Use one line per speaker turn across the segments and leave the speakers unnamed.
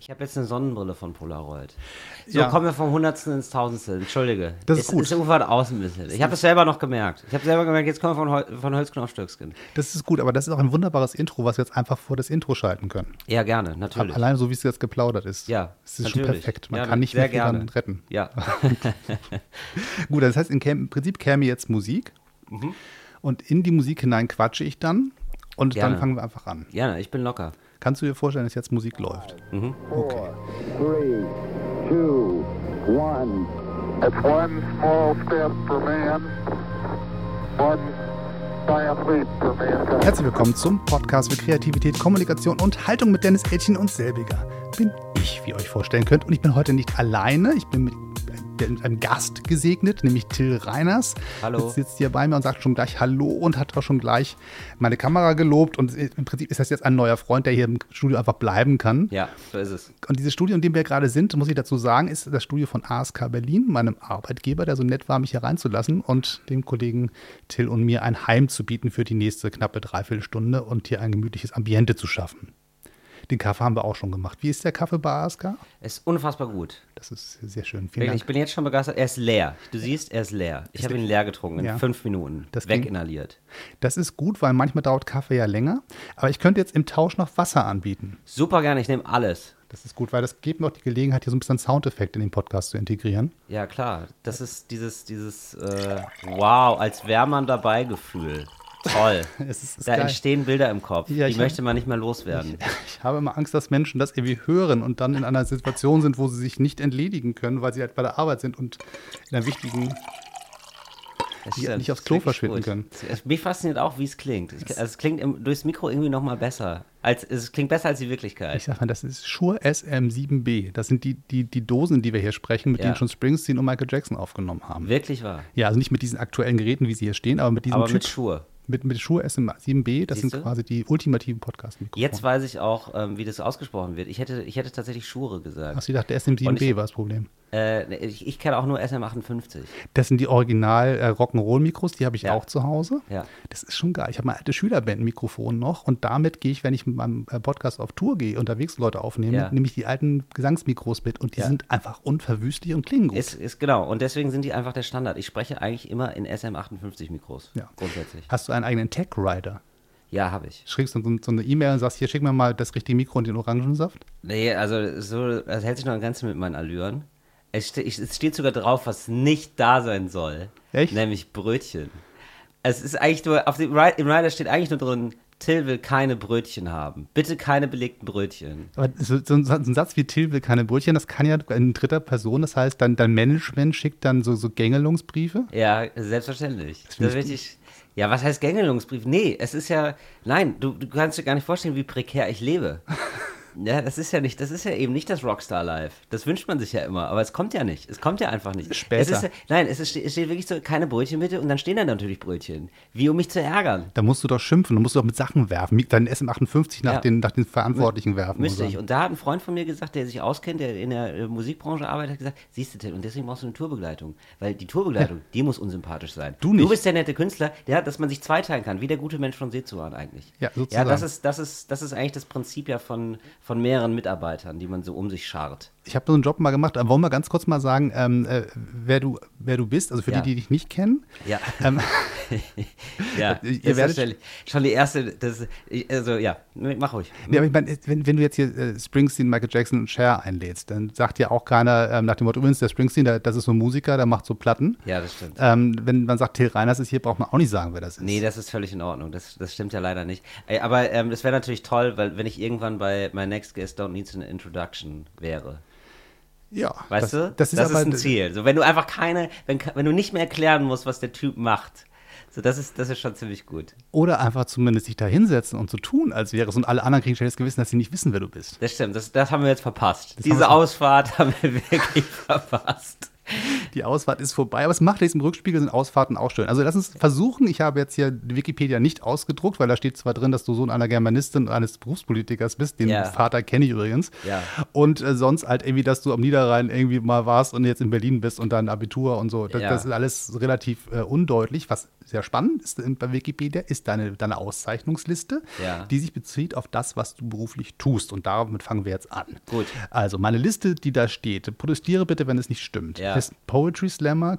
Ich habe jetzt eine Sonnenbrille von Polaroid. So
Ja.
kommen wir vom Hundertsten ins Tausendstel. Entschuldige.
Das ist
es,
gut.
Es ufert aus ein bisschen. Ich habe es selber noch gemerkt. Ich habe selber gemerkt, jetzt kommen wir von, Hol von Holzknopf auf Stöckskin.
Das ist gut, aber das ist auch ein wunderbares Intro, was wir jetzt einfach vor das Intro schalten können.
Ja, gerne, natürlich.
Alleine so, wie es jetzt geplaudert ist.
ja,
Es ist schon
natürlich.
perfekt. Man
Ja,
kann nicht
sehr
mehr viel
gerne.
dran retten.
Ja,
Gut, das heißt, im, Cam- im Prinzip käme jetzt Musik
Mhm.
und in die Musik hinein quatsche ich dann und
Gerne.
dann fangen wir einfach an.
gerne. Ich bin locker.
Kannst du dir vorstellen, dass jetzt Musik läuft? Okay.
three, two, one.
It's one small step for man, one giant leap for mankind.
Herzlich willkommen zum Podcast für Kreativität, Kommunikation und Haltung mit Dennis Etchen und Selbiger. Bin ich, wie ihr euch vorstellen könnt. Und ich bin heute nicht alleine. Ich bin mit mit einem Gast gesegnet, nämlich Till Reiners.
Hallo.
Jetzt sitzt hier bei mir und sagt schon gleich Hallo und hat auch schon gleich meine Kamera gelobt. Und im Prinzip ist das jetzt ein neuer Freund, der hier im Studio einfach bleiben kann.
Ja, so ist es.
Und dieses Studio, in dem wir gerade sind, muss ich dazu sagen, ist das Studio von ASK Berlin, meinem Arbeitgeber, der so nett war, mich hier reinzulassen und dem Kollegen Till und mir ein Heim zu bieten für die nächste knappe Dreiviertelstunde und hier ein gemütliches Ambiente zu schaffen. Den Kaffee haben wir auch schon gemacht. Wie ist der Kaffee bei ASK?
Es ist unfassbar gut.
Das ist sehr schön. Vielen
Wirklich, ich
Dank.
bin jetzt schon begeistert. Er ist leer. Du siehst, er ist leer. Ich habe ihn leer getrunken in
Ja.
fünf Minuten.
Das ging-
Weginhaliert.
Das ist gut, weil manchmal dauert Kaffee ja länger. Aber ich könnte jetzt im Tausch noch Wasser anbieten.
Super gerne, ich nehme alles.
Das ist gut, weil das gibt mir auch die Gelegenheit, hier so ein bisschen Soundeffekt in den Podcast zu integrieren.
Ja, klar. Das ist dieses, dieses äh, Wow, als wäre man dabei Gefühl. Toll.
Es ist- ist
da
geil.
entstehen Bilder im Kopf.
Ja,
die
ich-
möchte man nicht mehr loswerden.
Ich habe immer Angst, dass Menschen das irgendwie hören und dann in einer Situation sind, wo sie sich nicht entledigen können, weil sie halt bei der Arbeit sind und in einer wichtigen.
Das
die
stimmt.
nicht aufs
Das ist
Klo
wirklich
verschwinden
gut.
können.
Es- Mich fasziniert auch, wie es klingt. Ich, also es klingt im, durchs Mikro irgendwie nochmal besser. Als, es klingt besser als die Wirklichkeit.
Ich sag mal, das ist Shure SM7B. Das sind die, die, die Dosen, die wir hier sprechen, mit
Ja.
denen schon Springsteen und Michael Jackson aufgenommen haben.
Wirklich wahr.
Ja, also nicht mit diesen aktuellen Geräten, wie sie hier stehen, aber mit diesem
Aber
Typ,
mit Schuhe.
mit, mit Shure SM7B, das
Siehste?
sind quasi die ultimativen Podcast-Mikrofone.
Jetzt weiß ich auch, ähm, wie das ausgesprochen wird. Ich hätte, ich hätte tatsächlich Schure gesagt.
Hast du gedacht, der
Und ich-
SM7B war das Problem?
Äh, nee, ich ich kenne auch nur SM58.
Das sind die Original äh, Rock'n'Roll-Mikros, die habe ich
Ja.
auch zu Hause.
Ja.
Das ist schon geil. Ich habe mein altes Schülerband-Mikrofon noch und damit gehe ich, wenn ich mit meinem äh, Podcast auf Tour gehe, unterwegs Leute aufnehme,
Ja.
nehme ich die alten Gesangsmikros mit und die
Ja.
sind einfach unverwüstlich und klingen gut.
Ist, ist genau. Und deswegen sind die einfach der Standard. Ich spreche eigentlich immer in SM58-Mikros.
Ja.
Grundsätzlich.
Hast du einen eigenen Tech-Rider?
Ja, habe ich.
Schreibst du so, so eine E-Mail und sagst, hier schick mir mal das richtige Mikro und den Orangensaft?
Nee, also so, das hält sich noch ein Ganzes mit meinen Allüren. Es, ste ich, es steht sogar drauf, was nicht da sein soll.
Echt?
Nämlich Brötchen. Es ist eigentlich nur, auf dem Ri- im Rider steht eigentlich nur drin, Till will keine Brötchen haben. Bitte keine belegten Brötchen.
Aber so, so, ein- so ein Satz wie Till will keine Brötchen, das kann ja in dritter Person, das heißt, dann dein Management schickt dann so, so Gängelungsbriefe.
Ja, selbstverständlich. Das,
find
ist
ich
richtig. Ja, was heißt Gängelungsbrief? Nee, es ist ja. Nein, du, du kannst dir gar nicht vorstellen, wie prekär ich lebe. Ja, das ist ja nicht, das ist ja eben nicht das Rockstar Life. Das wünscht man sich ja immer, aber es kommt ja nicht. Es kommt ja einfach nicht.
Später.
Es ist, ja- nein, es, ist, es steht wirklich so, keine Brötchen bitte und dann stehen da natürlich Brötchen. Wie um mich zu ärgern.
Da musst du doch schimpfen, da musst du doch mit Sachen werfen, Mi- deinen SM58 nach,
Ja.
den, nach den Verantwortlichen werfen.
Müsste
oder?
ich. Und da hat ein Freund von mir gesagt, der sich auskennt, der in der äh, Musikbranche arbeitet, hat gesagt, siehst du Till, und deswegen brauchst du eine Tourbegleitung. Weil die Tourbegleitung, die muss unsympathisch sein.
Du nicht.
Du bist der nette Künstler, der, dass man sich zweiteilen kann, wie der gute Mensch von Sezuan eigentlich.
Ja,
Ja,
sozusagen.
das ist, das ist, das ist eigentlich das Prinzip ja von, von mehreren Mitarbeitern, die man so um sich schart.
Ich habe so einen Job mal gemacht. Aber Wollen wir ganz kurz mal sagen, ähm, äh, wer, du, wer du bist? Also für
Ja.
die, die dich nicht kennen.
Ja.
Ähm,
Ja,
Ihr werdet-
selbstverständlich. schon die erste, das, ich- also ja, mach ruhig.
nee, aber ich meine, wenn, wenn du jetzt hier äh, Springsteen, Michael Jackson und Cher einlädst, dann sagt ja auch keiner ähm, nach dem Motto, übrigens, der Springsteen, der, das ist so ein Musiker, der macht so Platten.
Ja, das stimmt.
Ähm, wenn man sagt, Till Reiners ist hier, braucht man auch nicht sagen, wer das ist.
Nee, das ist völlig in Ordnung. Das, das stimmt ja leider nicht. Ey, Aber ähm, das wäre natürlich toll, weil wenn ich irgendwann bei My Next Guest Don't Needs an Introduction wäre.
ja,
Weißt
das,
du?
Das ist, aber,
ein Ziel. So, wenn du einfach keine, wenn, wenn du nicht mehr erklären musst, was der Typ macht. So, das ist, das ist schon ziemlich gut.
Oder einfach zumindest sich da hinsetzen und so tun, als wäre es und alle anderen kriegen schlechtes Gewissen, dass sie nicht wissen, wer du bist.
Das stimmt, das, das haben wir jetzt verpasst.
haben
Diese
wir-
Ausfahrt haben wir wirklich verpasst.
Die Ausfahrt ist vorbei. Aber es macht nichts. Im Rückspiegel sind Ausfahrten auch schön. Also lass uns versuchen. Ich habe jetzt hier die Wikipedia nicht ausgedruckt, weil da steht zwar drin, dass du Sohn einer Germanistin und eines Berufspolitikers bist. Den
Ja.
Vater kenne ich übrigens.
Ja.
Und äh, sonst halt irgendwie, dass du am Niederrhein irgendwie mal warst und jetzt in Berlin bist und dann Abitur und so. Das,
Ja.
das ist alles relativ äh, undeutlich. Was sehr spannend ist in- bei Wikipedia, ist deine, deine Auszeichnungsliste,
Ja.
die sich bezieht auf das, was du beruflich tust. Und damit fangen wir jetzt an.
Gut.
Also meine Liste, die da steht. Protestiere bitte, wenn es nicht stimmt.
Ja.
Heißt Poetry Slammer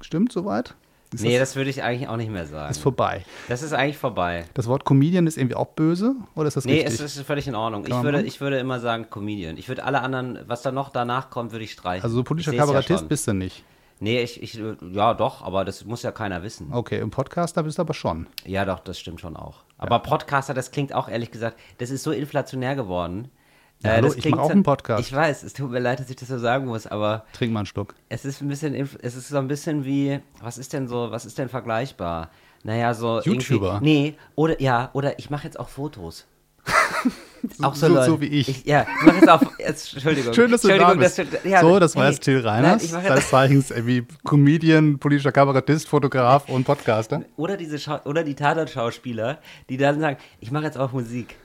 stimmt soweit? Ist
Nee,
das
das würde ich eigentlich auch nicht mehr sagen.
ist vorbei.
Das ist eigentlich vorbei.
Das Wort Comedian ist irgendwie auch böse oder ist das
Nee, es
richtig?
ist völlig in Ordnung. Ich
man
würde,
machen?
ich würde immer sagen Comedian. Ich würde alle anderen, was da noch danach kommt, würde ich streichen.
also so politischer
Ich seh's ja
Kabarettist
schon.
bist du nicht.
Nee, ich, ich, ja doch, aber das muss ja keiner wissen.
Okay, im Podcaster bist du aber schon.
Ja doch, das stimmt schon auch. Aber Podcaster, das klingt auch ehrlich gesagt, das ist so inflationär geworden. Äh,
Ja, hallo,
das
ich
klingt
mach auch
so-
einen Podcast.
Ich weiß, es tut mir leid, dass ich das so sagen muss, aber
Trink mal einen Schluck.
es ist ein bisschen, inf- es ist so ein bisschen wie, was ist denn so, was ist denn vergleichbar? Naja, so irgendwie-
YouTuber.
Nee, oder ja, oder ich mache jetzt auch Fotos. auch so,
so-
Leute.
so wie ich.
Ja, ich mache jetzt auch, jetzt, Entschuldigung.
Schön, dass du da
Ähm, Entschuldigung,
bist.
dass du- ja,
so, das war
nee,
jetzt Till
nein,
Reiners,
ich mache
seines
jetzt,
Zeichens irgendwie Comedian, politischer Kabarettist, Fotograf und Podcaster.
oder diese Schau oder die Tatort-Schauspieler, die dann sagen, ich mache jetzt auch Musik.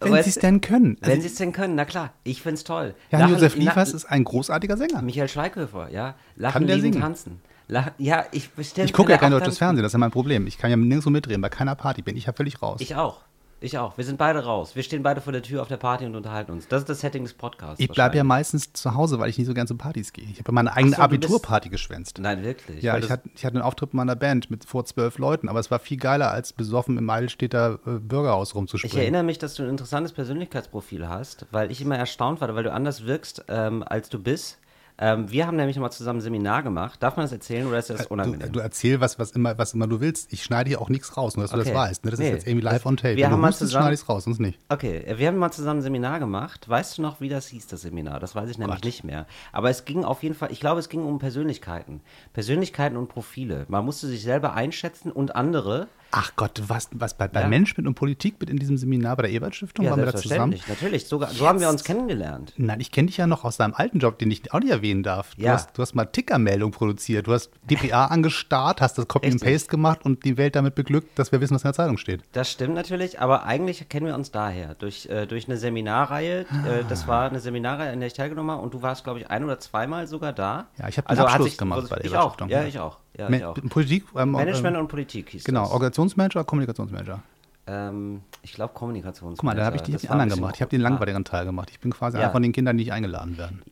Wenn
Weißt
sie es
du,
denn können.
wenn sie es denn können, na klar, ich find's toll. Lachen-
Jan-Josef
na-
Liefers ist ein großartiger Sänger.
Michael Schweighöfer, ja. Lachen,
Kann der
lieben,
singen?
tanzen. Lach, ja, ich bestimmt.
Ich gucke
kann
ja kein
er auch
deutsches
tanzen.
Fernsehen, das ist ja mein Problem. Ich kann ja nirgendwo mitreden, bei keiner Party bin ich ja völlig raus.
Ich auch. Ich auch. Wir sind beide raus. Wir stehen beide vor der Tür auf der Party und unterhalten uns. Das ist das Setting des Podcasts.
Ich bleibe ja
wahrscheinlich.
meistens zu Hause, weil ich nicht so gern zu Partys gehe. Ich habe meine eigene
Ach so, du bist-
Abiturparty geschwänzt.
Nein, wirklich.
ja,
Weil
ich
das-
hatte, ich hatte einen Auftritt mit meiner Band mit vor zwölf Leuten, aber es war viel geiler, als besoffen im Eidelstädter äh, Bürgerhaus
ich
rumzuspringen.
erinnere mich, dass du ein interessantes Persönlichkeitsprofil hast, weil ich immer erstaunt war, weil du anders wirkst, ähm, als du bist. Ähm, wir haben nämlich mal zusammen ein Seminar gemacht. Darf man das erzählen oder ist das
Äh, Du,
unangenehm?
du erzähl was, was immer, was immer du willst. Ich schneide hier auch nichts raus, nur dass du
Okay.
das weißt. Ne? Das ist
Nee.
jetzt irgendwie live on tape.
Wir
Wenn
haben
du
mal
hustest,
zusammen-
schneide ich es raus, sonst nicht.
Okay, wir haben mal zusammen ein Seminar gemacht. Weißt du noch, wie das hieß, das Seminar? Das weiß ich nämlich nicht mehr. Aber es ging auf jeden Fall, ich glaube, es ging um Persönlichkeiten. Persönlichkeiten und Profile. Man musste sich selber einschätzen und andere.
Ach Gott, du warst, was bei, bei
Ja.
Management und Politik mit in diesem Seminar bei der Ebert Stiftung waren wir da zusammen.
Natürlich, sogar, so haben wir uns kennengelernt.
Nein, ich kenne dich ja noch aus deinem alten Job, den ich auch nicht erwähnen darf. Du,
Ja.
hast, du hast mal Tickermeldung produziert, du hast DPA angestarrt, hast das Copy and
Richtig.
Paste gemacht und die Welt damit beglückt, dass wir wissen, was in der Zeitung steht.
Das stimmt natürlich, aber eigentlich kennen wir uns daher. Durch, äh, durch eine Seminarreihe. Äh, das war eine Seminarreihe, an der ich teilgenommen habe und du warst, glaube ich, ein oder zweimal sogar da. Also
Ja, ich habe den
hat
Abschluss
sich-
gemacht bei der
Ich
Ebert
auch,
Stiftung.
ja, ich auch. Ja, ich
Ma-
auch.
Politik, ähm,
Management
ähm,
und Politik hieß
Genau,
das.
Organisationsmanager, Kommunikationsmanager.
Ähm, ich glaube Kommunikationsmanager.
Guck mal, da habe ich die
Das war ein
anderen
bisschen
gemacht. Ich habe
cool.
den langweiligeren Teil gemacht. Ich bin quasi
Ja.
einer von den Kindern, die nicht eingeladen werden.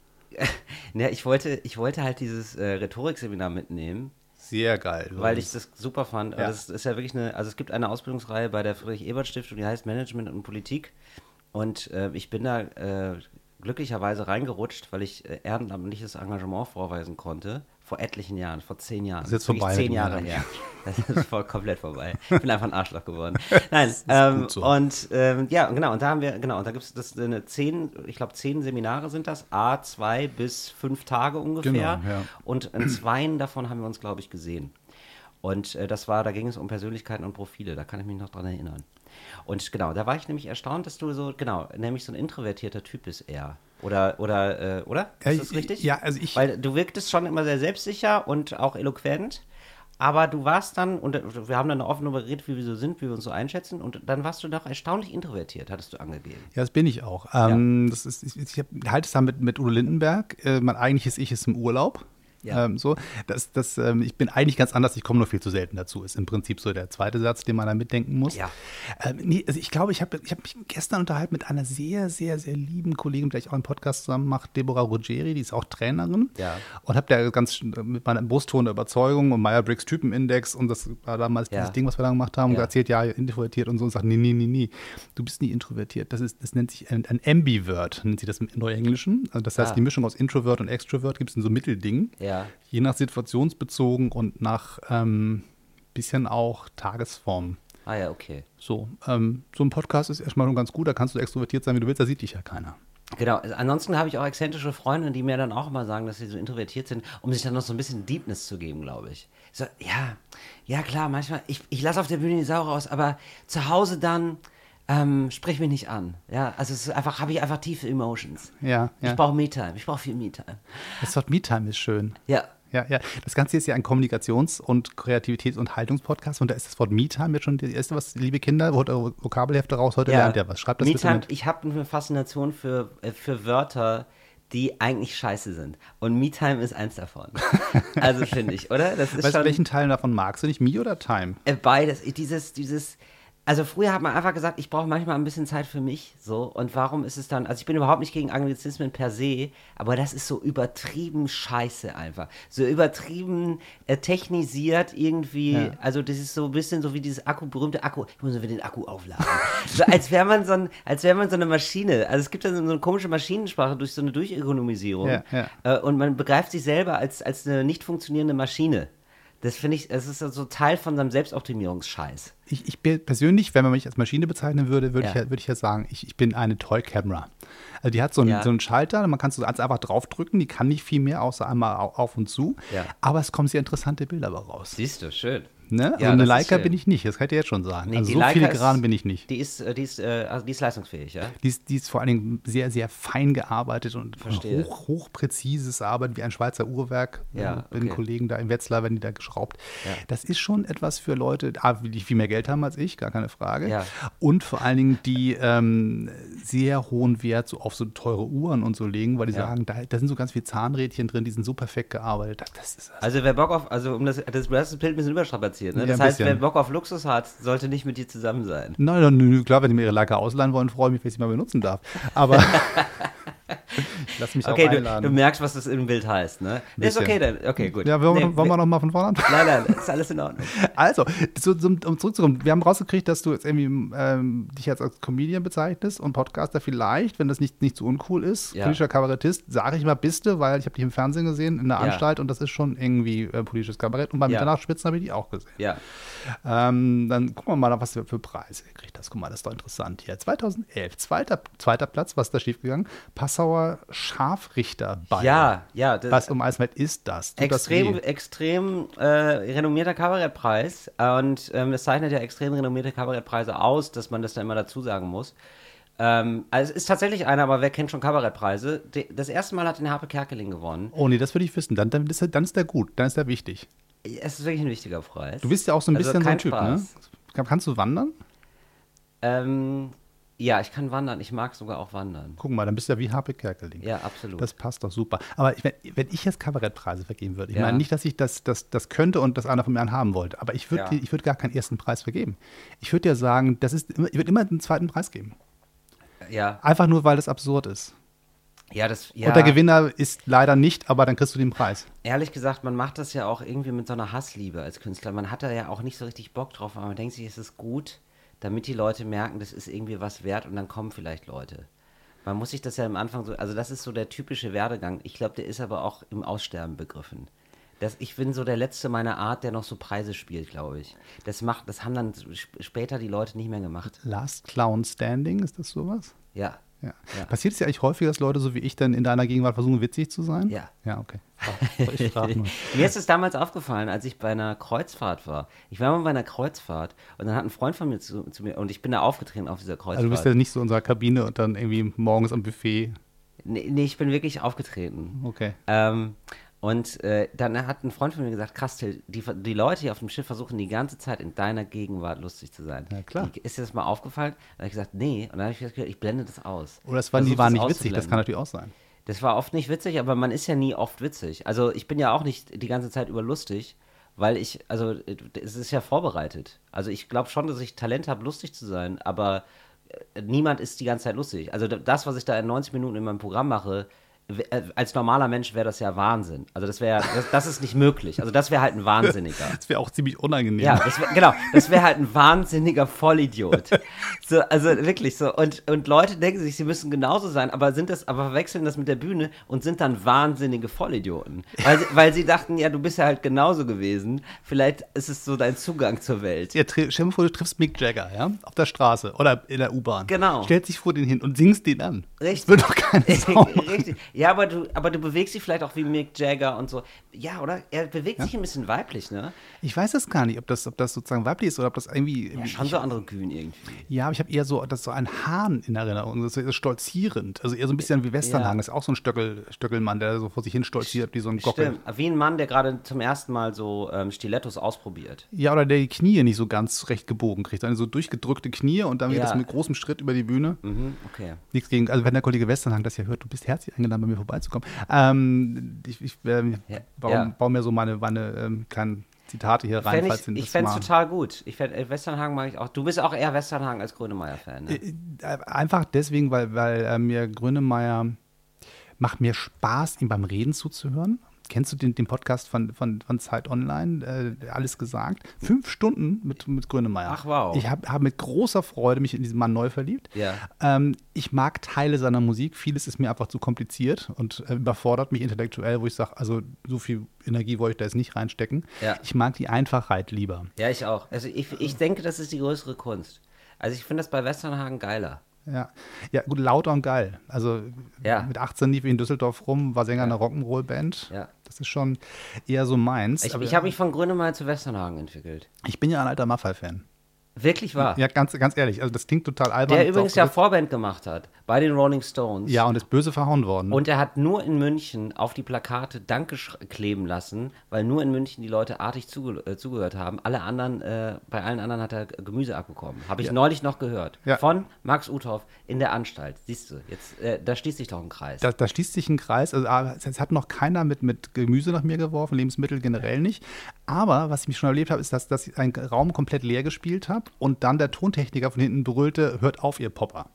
Ne, ich wollte, ich wollte halt dieses äh, Rhetorikseminar mitnehmen,
Sehr geil.
weil ich das super fand.
Ja.
Aber das ist ja wirklich eine, also es gibt eine Ausbildungsreihe bei der Friedrich-Ebert-Stiftung, die heißt Management und Politik. Und äh, ich bin da äh, glücklicherweise reingerutscht, weil ich äh, ehrenamtliches Engagement vorweisen konnte. Vor etlichen Jahren, vor zehn Jahren.
Das ist jetzt
Wirklich
vorbei,
Zehn
du
Jahre
Ehrenamt.
her. Das ist voll komplett vorbei. Ich bin einfach ein Arschloch geworden. Nein, ähm,
gut so.
und ähm, ja, genau, und da haben wir, genau, und da gibt es eine zehn, ich glaube zehn Seminare sind das, A, zwei bis fünf Tage ungefähr.
Genau, ja.
Und in zweien davon haben wir uns, glaube ich, gesehen. Und äh, das war, da ging es um Persönlichkeiten und Profile, da kann ich mich noch dran erinnern. Und genau, da war ich nämlich erstaunt, dass du so, genau, nämlich so ein introvertierter Typ bist eher. Oder, oder, äh, oder?
Ja,
Ist das
ich-
richtig?
ja, also ich-
Weil du wirktest schon immer sehr selbstsicher und auch eloquent. Aber du warst dann, und äh, wir haben dann offen darüber geredet, wie wir so sind, wie wir uns so einschätzen, und dann warst du doch erstaunlich introvertiert, hattest du angegeben.
Ja, das bin ich auch. Ähm, das ist, ich ich hab- halte es da mit, mit Udo Lindenberg. Äh, mein eigentliches Ich ist im Urlaub.
Ja.
Ähm, so, das, das, ähm, ich bin eigentlich ganz anders, ich komme nur viel zu selten dazu, ist im Prinzip so der zweite Satz, den man da mitdenken muss.
Ja.
Ähm, nee, also ich glaube, ich habe ich hab mich gestern unterhalten mit einer sehr, sehr, sehr lieben Kollegin, mit der ich auch einen Podcast zusammen mache, Deborah Ruggeri, die ist auch Trainerin.
Ja.
Und habe da ganz schön, äh, mit meinem Brustton der Überzeugung und Meyer-Briggs Typenindex und das war damals
Ja.
dieses Ding, was wir da gemacht haben,
Ja.
erzählt, ja, introvertiert und so und sagt, nee, nee, nee, nee, du bist nie introvertiert. Das, ist, das nennt sich ein, ein Ambivert, nennt sich das im Neuenglischen. Also das heißt,
Ah.
die Mischung aus Introvert und Extrovert gibt es in so Mitteldingen.
Ja.
Je nach situationsbezogen und nach ähm, bisschen auch Tagesform.
Ah ja, okay.
So, ähm, so ein Podcast ist erstmal schon ganz gut, da kannst du extrovertiert sein, wie du willst, da sieht dich ja keiner.
Genau, also ansonsten habe ich auch exzentrische Freunde, die mir dann auch immer sagen, dass sie so introvertiert sind, um sich dann noch so ein bisschen Deepness zu geben, glaube ich. So, ja, ja klar, manchmal, ich, ich lasse auf der Bühne die Sau raus, aber zu Hause dann ähm, sprich mich nicht an. Ja, also es ist einfach, habe ich einfach tiefe Emotions.
Ja,
Ich
ja.
brauche Me-Time, ich brauche viel Me-Time.
Das Wort Me-Time ist schön.
Ja,
ja, ja. Das Ganze ist ja ein Kommunikations- und Kreativitäts- und Haltungspodcast und da ist das Wort Me-Time jetzt schon das erste, was, liebe Kinder, holt eure Vokabelhefte raus, heute lernt ihr was. Schreibt das bitte
Me-Time,
mit.
ich habe eine Faszination für, äh, für Wörter, die eigentlich scheiße sind. Und Me-Time ist eins davon. also finde ich, oder? Das ist
Weißt du,
schon
welchen Teil davon magst du nicht? Me oder Time?
äh, beides. Dieses, dieses, also früher hat man einfach gesagt, ich brauche manchmal ein bisschen Zeit für mich. So, und warum ist es dann, also ich bin überhaupt nicht gegen Anglizismen per se, aber das ist so übertrieben scheiße einfach. So übertrieben äh, technisiert irgendwie.
Ja.
Also das ist so ein bisschen so wie dieses Akku, berühmte Akku, ich muss mir den Akku aufladen. so, als wäre man, so ein, als wär man so eine Maschine. Also es gibt dann so eine komische Maschinensprache durch so eine Durchökonomisierung.
Ja, ja.
Äh, und man begreift sich selber als, als eine nicht funktionierende Maschine. Das finde ich, es ist so Teil von seinem Selbstoptimierungsscheiß.
Ich, ich bin persönlich, wenn man mich als Maschine bezeichnen würde, würde
Ja.
ich, ja, würde ich ja sagen, ich, ich bin eine Toy Camera. Also die hat so einen,
Ja.
so einen Schalter, man kann so ganz einfach draufdrücken, die kann nicht viel mehr, außer einmal au- auf und zu.
Ja.
Aber es kommen sehr interessante Bilder aber raus.
Siehst du, schön.
Ne? also
Ja,
eine
das ist
Leica
schön.
bin ich nicht, das kann ich dir jetzt schon sagen.
Nee,
also
die
so
Leica
filigran
ist-
bin ich nicht.
Die ist, äh, die ist, äh, also die ist leistungsfähig, ja?
Die ist, die ist vor allen Dingen sehr, sehr fein gearbeitet und
Verstehe.
hoch, hochpräzises Arbeiten wie ein Schweizer Uhrwerk.
Ja,
Äh, Bei den
okay.
Kollegen da in Wetzlar, wenn die da geschraubt. Das ist schon etwas für Leute, ah, die viel mehr Geld haben als ich, gar keine Frage.
Ja.
Und vor allen Dingen, die ähm, sehr hohen Wert so auf so teure Uhren und so legen, weil die
Ja.
sagen, da, da sind so ganz viele Zahnrädchen drin, die sind so perfekt gearbeitet. Das ist
Also wer Bock auf, also um das, das, du hast das Bild ein bisschen überstrapaziert, ne?
Ja,
Das
ein
heißt,
bisschen.
wer Bock auf Luxus hat, sollte nicht mit dir zusammen sein.
Nein, nein, nö, klar, wenn die mir ihre Lager ausleihen wollen, freue ich mich, wenn ich sie mal benutzen darf. Aber ich lass mich
Okay,
auch
du,
einladen.
du merkst, was das im Bild heißt, ne? Ist
bisschen.
okay dann, okay, gut.
ja, wollen, wir-
Nee,
wollen wir
nee.
noch mal von vorne anfangen?
Nein, nein, ist alles in Ordnung.
Also, zu, zum, um zurückzukommen, wir haben rausgekriegt, dass du jetzt irgendwie ähm, dich jetzt als Comedian bezeichnest und Podcaster vielleicht, wenn das nicht, nicht zu uncool ist,
Ja.
politischer Kabarettist, sage ich mal bist du, weil ich habe dich im Fernsehen gesehen, in der
Ja.
Anstalt und das ist schon irgendwie äh, politisches Kabarett und beim
Ja.
Mitternachtsspitzen habe ich dich auch gesehen.
Ja.
Ähm, dann gucken wir mal, was wir für Preise gekriegt hast. Guck mal, das ist doch interessant hier. 2011, zweiter, zweiter Platz, was ist da schiefgegangen? Passauer Scharfrichter bei.
Ja, ja, das-
Was um alles mit ist das? Tut das
extrem,
weh?
extrem äh, renommierter Kabarettpreis. Und ähm, das zeichnet ja extrem renommierte Kabarettpreise aus, dass man das dann immer dazu sagen muss. Ähm, also es ist tatsächlich einer, aber wer kennt schon Kabarettpreise? De das erste Mal hat den Harpe Kerkeling gewonnen.
Oh nee, das würde ich wissen. Dann, dann, ist er, dann ist der gut, dann ist der wichtig.
Es ist wirklich ein wichtiger Preis.
Du bist ja auch so ein
Also
bisschen so ein
kein
Typ,
Spaß.
ne? Kann- Kannst du wandern?
Ähm, ja, ich kann wandern. Ich mag sogar auch wandern.
Guck mal, dann bist du ja wie Harpe Kerkeling.
Ja, absolut.
Das passt doch super. Aber ich, wenn, wenn ich jetzt Kabarettpreise vergeben würde, ich
Ja.
meine nicht, dass ich das, das, das könnte und das einer von mir einen haben wollte, aber ich würde
Ja.
dir- ich würde gar keinen ersten Preis vergeben. Ich würde ja sagen, das ist, immer- ich würde immer einen zweiten Preis geben.
ja,
Einfach nur, weil das absurd ist.
ja, das, ja.
Und der Gewinner ist leider nicht, aber dann kriegst du den Preis.
ehrlich gesagt, man macht das ja auch irgendwie mit so einer Hassliebe als Künstler. Man hat da ja auch nicht so richtig Bock drauf, aber man denkt sich, es ist gut, damit die Leute merken, das ist irgendwie was wert und dann kommen vielleicht Leute. Man muss sich das ja am Anfang so, also das ist so der typische Werdegang. Ich glaube, der ist aber auch im Aussterben begriffen. Das, ich bin so der Letzte meiner Art, der noch so Preise spielt, glaube ich. Das macht, das haben dann sp- später die Leute nicht mehr gemacht.
Last Clown Standing, ist das sowas?
Ja.
Ja.
Ja.
Passiert es ja eigentlich häufig, dass Leute so wie ich dann in deiner Gegenwart versuchen, witzig zu sein?
Ja.
Ja, okay. Ich frage nur.
Mir ist es damals aufgefallen, als ich bei einer Kreuzfahrt war. Ich war mal bei einer Kreuzfahrt und dann hat ein Freund von mir zu, zu mir und ich bin da aufgetreten auf dieser Kreuzfahrt.
Also du bist ja nicht so in unserer Kabine und dann irgendwie morgens am Buffet.
nee, nee, ich bin wirklich aufgetreten.
Okay.
Ähm, und äh, dann hat ein Freund von mir gesagt, krass, Till, die, die Leute hier auf dem Schiff versuchen die ganze Zeit in deiner Gegenwart lustig zu sein.
Ja, klar.
Die, ist dir das mal aufgefallen? Dann habe ich gesagt, nee. Und dann habe ich gesagt, ich blende das aus.
Oder es waren, die
Versuch
waren
Oh, das
nicht witzig, das
auszublenden.
kann natürlich auch sein.
Das war oft nicht witzig, aber man ist ja nie oft witzig. Also ich bin ja auch nicht die ganze Zeit über lustig, weil ich, also äh, es ist ja vorbereitet. Also ich glaube schon, dass ich Talent habe, lustig zu sein, aber äh, niemand ist die ganze Zeit lustig. Also d- das, was ich da in 90 Minuten in meinem Programm mache, w- äh, als normaler Mensch wäre das ja Wahnsinn. Also das wäre, das, das ist nicht möglich. Also das wäre halt ein Wahnsinniger.
Das wäre auch ziemlich unangenehm.
Ja, das wär, genau. Das wäre halt ein wahnsinniger Vollidiot. So, also wirklich so. Und, und Leute denken sich, sie müssen genauso sein, aber sind das, aber verwechseln das mit der Bühne und sind dann wahnsinnige Vollidioten. Weil, sie- weil sie dachten, ja, du bist ja halt genauso gewesen. Vielleicht ist es so dein Zugang zur Welt.
Ja, tri- stell dir mal vor, du triffst Mick Jagger, ja? Auf der Straße oder in der U-Bahn.
Genau.
Stellst dich vor den hin und singst den an.
Richtig.
Das wird doch keine Sau. machen.
Richtig. Ja, aber du, aber du bewegst dich vielleicht auch wie Mick Jagger und so. Ja, oder? Er bewegt sich ein bisschen weiblich, ne?
Ich weiß es gar nicht, ob das, ob das sozusagen weiblich ist oder ob das irgendwie.
Ja, schon so andere Kühen irgendwie.
Ja, aber ich habe eher so, das ist so ein Hahn in Erinnerung, das ist stolzierend. Also eher so ein bisschen wie
Ja.
Westernhagen, das ist auch so ein Stöckel, Stöckelmann, der so vor sich hin stolziert, wie so ein Gockel.
Stimmt. Wie ein Mann, der gerade zum ersten Mal so ähm, Stilettos ausprobiert.
Ja, oder der die Knie nicht so ganz recht gebogen kriegt, sondern so durchgedrückte Knie und dann geht
Ja.
das mit großem Schritt über die Bühne.
Mhm, okay.
Nichts gegen, also wenn der Kollege Westernhang das ja hört, du bist herzlich eingeladen, bei mir vorbeizukommen. Ähm, ich ich ähm,
Ja.
baue,
Ja.
baue mir so meine, meine ähm, kleinen Zitate hier rein,
Fänd
falls Ihnen
ich ich
das
fände es
mal-
total gut. Ich fänd, äh, Westernhagen mag ich auch. Du bist auch eher Westernhagen als Grönemeyer-Fan. Ne?
Äh, Einfach deswegen, weil, weil äh, mir Grönemeyer macht mir Spaß, ihm beim Reden zuzuhören. Kennst du den, den Podcast von, von, von Zeit Online? Äh, alles gesagt. Fünf Stunden mit, mit Grönemeyer.
Ach, wow.
Ich habe hab mit großer Freude mich in diesen Mann neu verliebt.
Ja.
Ähm, ich mag Teile seiner Musik. Vieles ist mir einfach zu kompliziert und äh, überfordert mich intellektuell, wo ich sage, also so viel Energie wollte ich da jetzt nicht reinstecken.
Ja.
Ich mag die Einfachheit lieber.
Ja, ich auch. Also ich, ich denke, das ist die größere Kunst. Also ich finde das bei Westernhagen geiler.
Ja. ja, gut, lauter und geil. Also
Ja.
mit 18 lief ich in Düsseldorf rum, war Sänger einer Rock'n'Roll-Band.
Ja.
Das ist schon eher so meins.
Ich,
aber
ich habe mich von Grönemeyer zu Westernhagen entwickelt.
ich bin ja ein alter Maffei-Fan.
Wirklich wahr.
Ja, ganz, ganz ehrlich. Also das klingt total albern.
Der
Ist
übrigens
auch-
ja Vorband gemacht hat bei den Rolling Stones.
ja, und ist böse verhauen worden.
Und er hat nur in München auf die Plakate Danke sch- kleben lassen, weil nur in München die Leute artig zuge äh, zugehört haben. Alle anderen, äh, bei allen anderen hat er G- Gemüse abbekommen. Habe ich neulich noch gehört.
Ja.
Von Max Uthoff in der Anstalt. Siehst du, jetzt, äh, da schließt sich doch ein Kreis.
da, da schließt sich ein Kreis. Also ah, es es hat noch keiner mit, mit Gemüse nach mir geworfen, Lebensmittel generell nicht. Aber was ich mich schon erlebt habe, ist, dass, dass ich einen Raum komplett leer gespielt habe und dann der Tontechniker von hinten brüllte, hört auf, ihr Popper.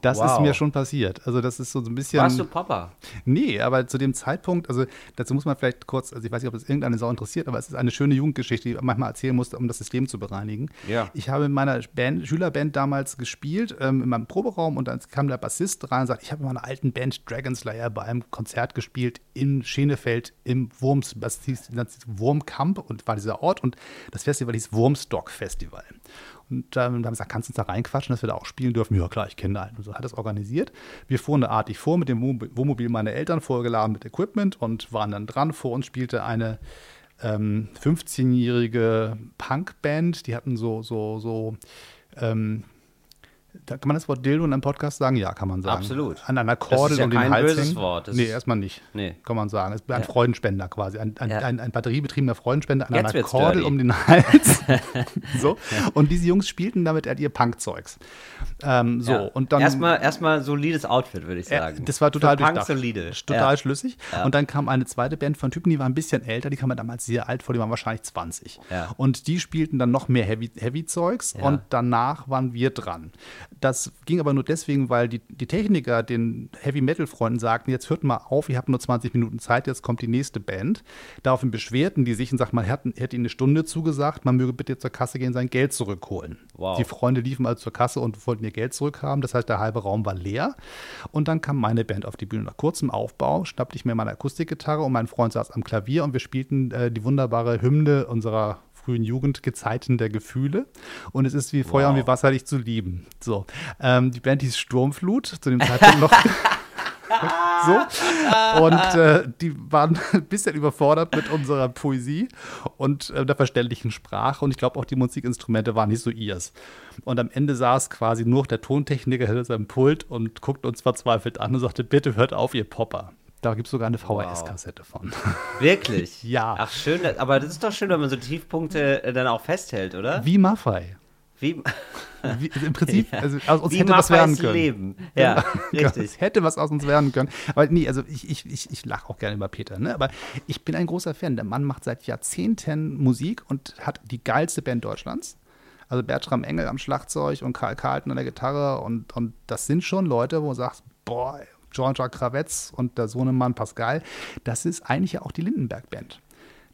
Das ist
Wow.
mir schon passiert. Also das ist so ein bisschen.
Warst du Popper?
Nee, aber zu dem Zeitpunkt, also dazu muss man vielleicht kurz, also ich weiß nicht, ob das irgendeine Sau interessiert, aber es ist eine schöne Jugendgeschichte, die man manchmal erzählen musste, um das System zu bereinigen.
Ja.
Ich habe in meiner Band, Schülerband damals gespielt, ähm, in meinem Proberaum und dann kam der Bassist rein und sagt, ich habe in meiner alten Band Dragon Slayer bei einem Konzert gespielt in Schenefeld im Wurms, das hieß, das hieß Wurmkamp und war dieser Ort und das Festival hieß Wurmstock Festival. Und ähm, da haben wir gesagt, kannst du uns da reinquatschen, dass wir da auch spielen dürfen? Ja, klar, ich kenne da einen. Und so hat das organisiert. Wir fuhren da artig vor mit dem Wohnmobil- Wohnmobil meiner Eltern, vorgeladen mit Equipment und waren dann dran. Vor uns spielte eine ähm, 15-jährige Punkband. Die hatten so, so, so, ähm, da kann man das Wort Dildo in einem Podcast sagen? Ja, kann man sagen.
Absolut.
An einer
ist
Kordel
ja
um den
kein
Hals.
böses
hängen.
Wort. Das
Nee,
ist-
erstmal nicht.
Nee.
Kann man sagen. Es ist ein
Ja.
Freudenspender quasi. Ein, ein,
Ja.
ein, ein batteriebetriebener Freudensspender an
Jetzt
einer
wird's
Kordel
dirty.
um den Hals. so. Und diese Jungs spielten damit halt ihr Punkzeugs. Ähm, so.
Ja.
Und dann.
erstmal, erstmal solides Outfit, würde ich
Ja,
sagen.
Äh, Das war total
Für Punk
durchdacht.
solide.
Total
Ja.
schlüssig. Und dann kam eine zweite Band von Typen, die waren ein bisschen älter, die kamen damals sehr alt vor, die waren wahrscheinlich 20.
Ja.
Und die spielten dann noch mehr Heavy- Heavy-Zeugs
Ja.
und danach waren wir dran. Das ging aber nur deswegen, weil die, die Techniker den Heavy-Metal-Freunden sagten, jetzt hört mal auf, ihr habt nur 20 Minuten Zeit, jetzt kommt die nächste Band. Daraufhin beschwerten die sich und sagten, man hätte, hätte ihnen eine Stunde zugesagt, man möge bitte zur Kasse gehen, sein Geld zurückholen.
Wow.
Die Freunde liefen also zur Kasse und wollten ihr Geld zurückhaben. Das heißt, der halbe Raum war leer. Und dann kam meine Band auf die Bühne. Nach kurzem Aufbau schnappte ich mir meine Akustikgitarre und mein Freund saß am Klavier und wir spielten äh, die wunderbare Hymne unserer frühen Jugend, Gezeiten der Gefühle. Und es ist wie Feuer und wie Wasser, dich zu lieben. So, ähm, die Band hieß Sturmflut, zu dem Zeitpunkt noch. So. Und äh, die waren ein bisschen überfordert mit unserer Poesie und äh, der verständlichen Sprache. Und ich glaube, auch die Musikinstrumente waren nicht so ihrs. Und am Ende saß quasi nur der Tontechniker hinter seinem Pult und guckte uns verzweifelt an und sagte: Bitte hört auf, ihr Popper. Da gibt es sogar eine VHS-Kassette von.
Wirklich?
Ja.
Ach, schön. dass- Aber das ist doch schön, wenn man so Tiefpunkte äh, dann auch festhält, oder?
Wie Maffei.
Wie,
Wie, also Im Prinzip,
Ja.
also aus uns
Wie
hätte was werden
Maffeis
können.
Leben. Ja,
Es
richtig.
Genau. hätte was aus uns werden können. Aber nee, also ich, ich, ich, ich lache auch gerne über Peter, ne? Aber ich bin ein großer Fan. Der Mann macht seit Jahrzehnten Musik und hat die geilste Band Deutschlands. Also Bertram Engel am Schlagzeug und Karl Carlton an der Gitarre und, und das sind schon Leute, wo du sagst, boah, Jean-Jacques Kravetz und der Sohnemann Pascal, das ist eigentlich ja auch die Lindenberg-Band.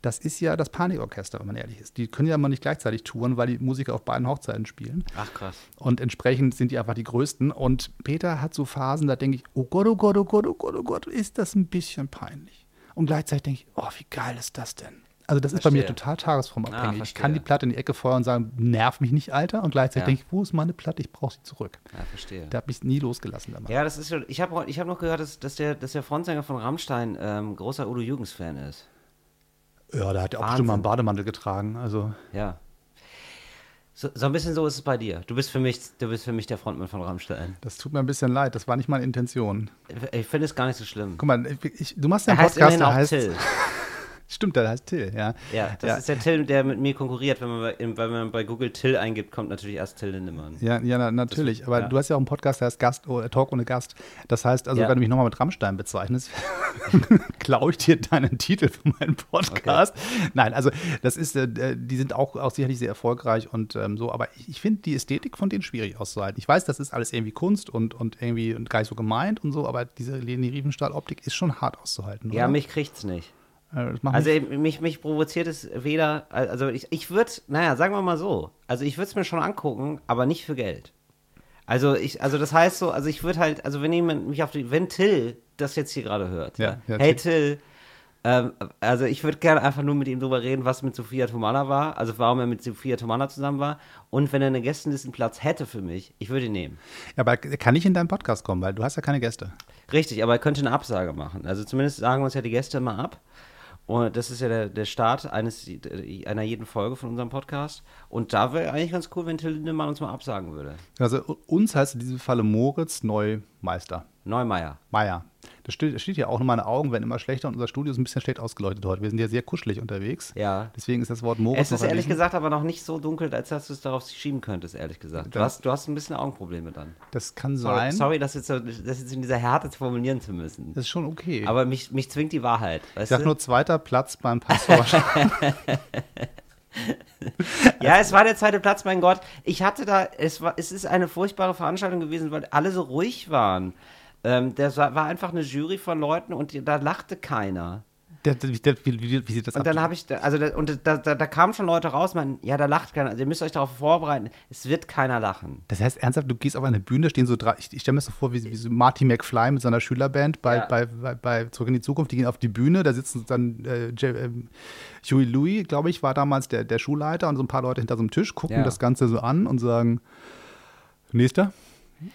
Das ist ja das Panikorchester, wenn man ehrlich ist. Die können ja mal nicht gleichzeitig touren, weil die Musiker auf beiden Hochzeiten spielen.
Ach, krass.
Und entsprechend sind die einfach die größten. Und Peter hat so Phasen, da denke ich, oh Gott, oh Gott, oh Gott, oh Gott, oh Gott, ist das ein bisschen peinlich. Und gleichzeitig denke ich, oh, wie geil ist das denn? Also das ist bei mir
Verstehe. Ah,
total tagesformabhängig. ich
verstehe.
kann die Platte in die Ecke feuern und sagen, nerv mich nicht, Alter. Und gleichzeitig
Ja.
denke ich, wo ist meine Platte? Ich brauche sie zurück.
Ja, verstehe.
Der hat mich nie losgelassen damals.
Ja, das ist schon. Ich habe ich hab noch gehört, dass, dass, der, dass der Frontsänger von Rammstein ähm, großer Udo Jürgens-Fan ist.
Ja, da hat er auch
Wahnsinn.
bestimmt mal einen Bademantel getragen. Also
Ja. So, so ein bisschen so ist es bei dir. Du bist für mich, du bist für mich der Frontmann von Rammstein.
das tut mir ein bisschen leid. Das war nicht meine Intention.
Ich- Ich finde es gar nicht so schlimm.
Guck mal, ich, ich, du machst ja
Er
einen
heißt
Podcast,
immerhin
der
auch
heißt...
Till.
Stimmt, der heißt Till, ja.
Ja, das
ja.
ist der Till, der mit mir konkurriert. Wenn man, bei, im- wenn man bei Google Till eingibt, kommt natürlich erst Till Lindemann.
Ja, ja na, natürlich. Aber
ja.
du hast ja auch einen Podcast, der heißt Gast, oh, Talk ohne Gast. Das heißt, also
Ja.
wenn du mich nochmal mit Rammstein bezeichnest, klaue ich dir deinen Titel für meinen Podcast. Nein, also das ist, äh, äh, die sind auch, auch sicherlich sehr erfolgreich und ähm, so. Aber ich, ich finde die Ästhetik von denen schwierig auszuhalten. Ich weiß, das ist alles irgendwie Kunst und, und irgendwie und gar nicht so gemeint und so, aber diese Leni Riefenstahl-Optik ist schon hart auszuhalten.
Ja,
oder?
mich kriegt's nicht.
Äh, das macht
Also
mich
eben, mich, mich provoziert es weder, also ich, ich würde, naja, sagen wir mal so, also ich würde es mir schon angucken, aber nicht für Geld. Also ich, also das heißt so, also ich würde halt, also wenn jemand mich auf die, wenn Till das jetzt hier gerade hört,
Ja,
ja,
ja,
hey Till, ähm, also ich würde gerne einfach nur mit ihm drüber reden, was mit Sophia Tomala war, also warum er mit Sophia Tomala zusammen war und wenn er eine Gästelistenplatz hätte für mich, ich würde ihn nehmen.
ja, aber er kann nicht in deinen Podcast kommen, weil du hast ja keine Gäste.
Richtig, aber er könnte eine Absage machen. Also zumindest sagen uns ja die Gäste immer ab. Und das ist ja der, der Start eines, einer jeden Folge von unserem Podcast. Und da wäre eigentlich ganz cool, wenn Till Lindemann uns mal absagen würde.
Also u- uns heißt in diesem Falle Moritz Neumeister.
Neumeier.
Meier. Das steht, das steht ja auch in meinen Augen, werden immer schlechter und unser Studio ist ein bisschen schlecht ausgeleuchtet heute. Wir sind ja sehr kuschelig unterwegs.
Ja.
Deswegen ist das Wort Moritz.
Es ist
noch ein
ehrlich
bisschen-
gesagt aber noch nicht so dunkel, als dass du es darauf schieben könntest, ehrlich gesagt. Du
Dann-
hast, du hast ein bisschen Augenprobleme dann.
Das kann
Sorry,
sein.
sorry das, jetzt so, das jetzt in dieser Härte zu formulieren zu müssen.
Das ist schon okay.
Aber mich, mich zwingt die Wahrheit.
ich
Weißt
sag
du?
nur zweiter Platz beim Passwort.
Ja, es war der zweite Platz, mein Gott. Ich hatte da, es war, es ist eine furchtbare Veranstaltung gewesen, weil alle so ruhig waren. Ähm, das war, war einfach eine Jury von Leuten und die, da lachte keiner.
der, der, der, wie, wie, wie sieht das
Und dann
ab?
habe ich, da- also da, und da, da, da kamen schon Leute raus, man, ja, da lacht keiner. Also ihr müsst euch darauf vorbereiten. Es wird keiner lachen.
Das heißt ernsthaft, du gehst auf eine Bühne, stehen so drei, ich, ich stelle mir das so vor, wie, wie so Marty McFly mit seiner Schülerband bei,
Ja.
bei, bei, bei Zurück in die Zukunft, die gehen auf die Bühne, da sitzen dann äh, Jay- ähm, Huey Louis, glaube ich, war damals der, der Schulleiter und so ein paar Leute hinter so einem Tisch, gucken
Ja.
das Ganze so an und sagen, nächster,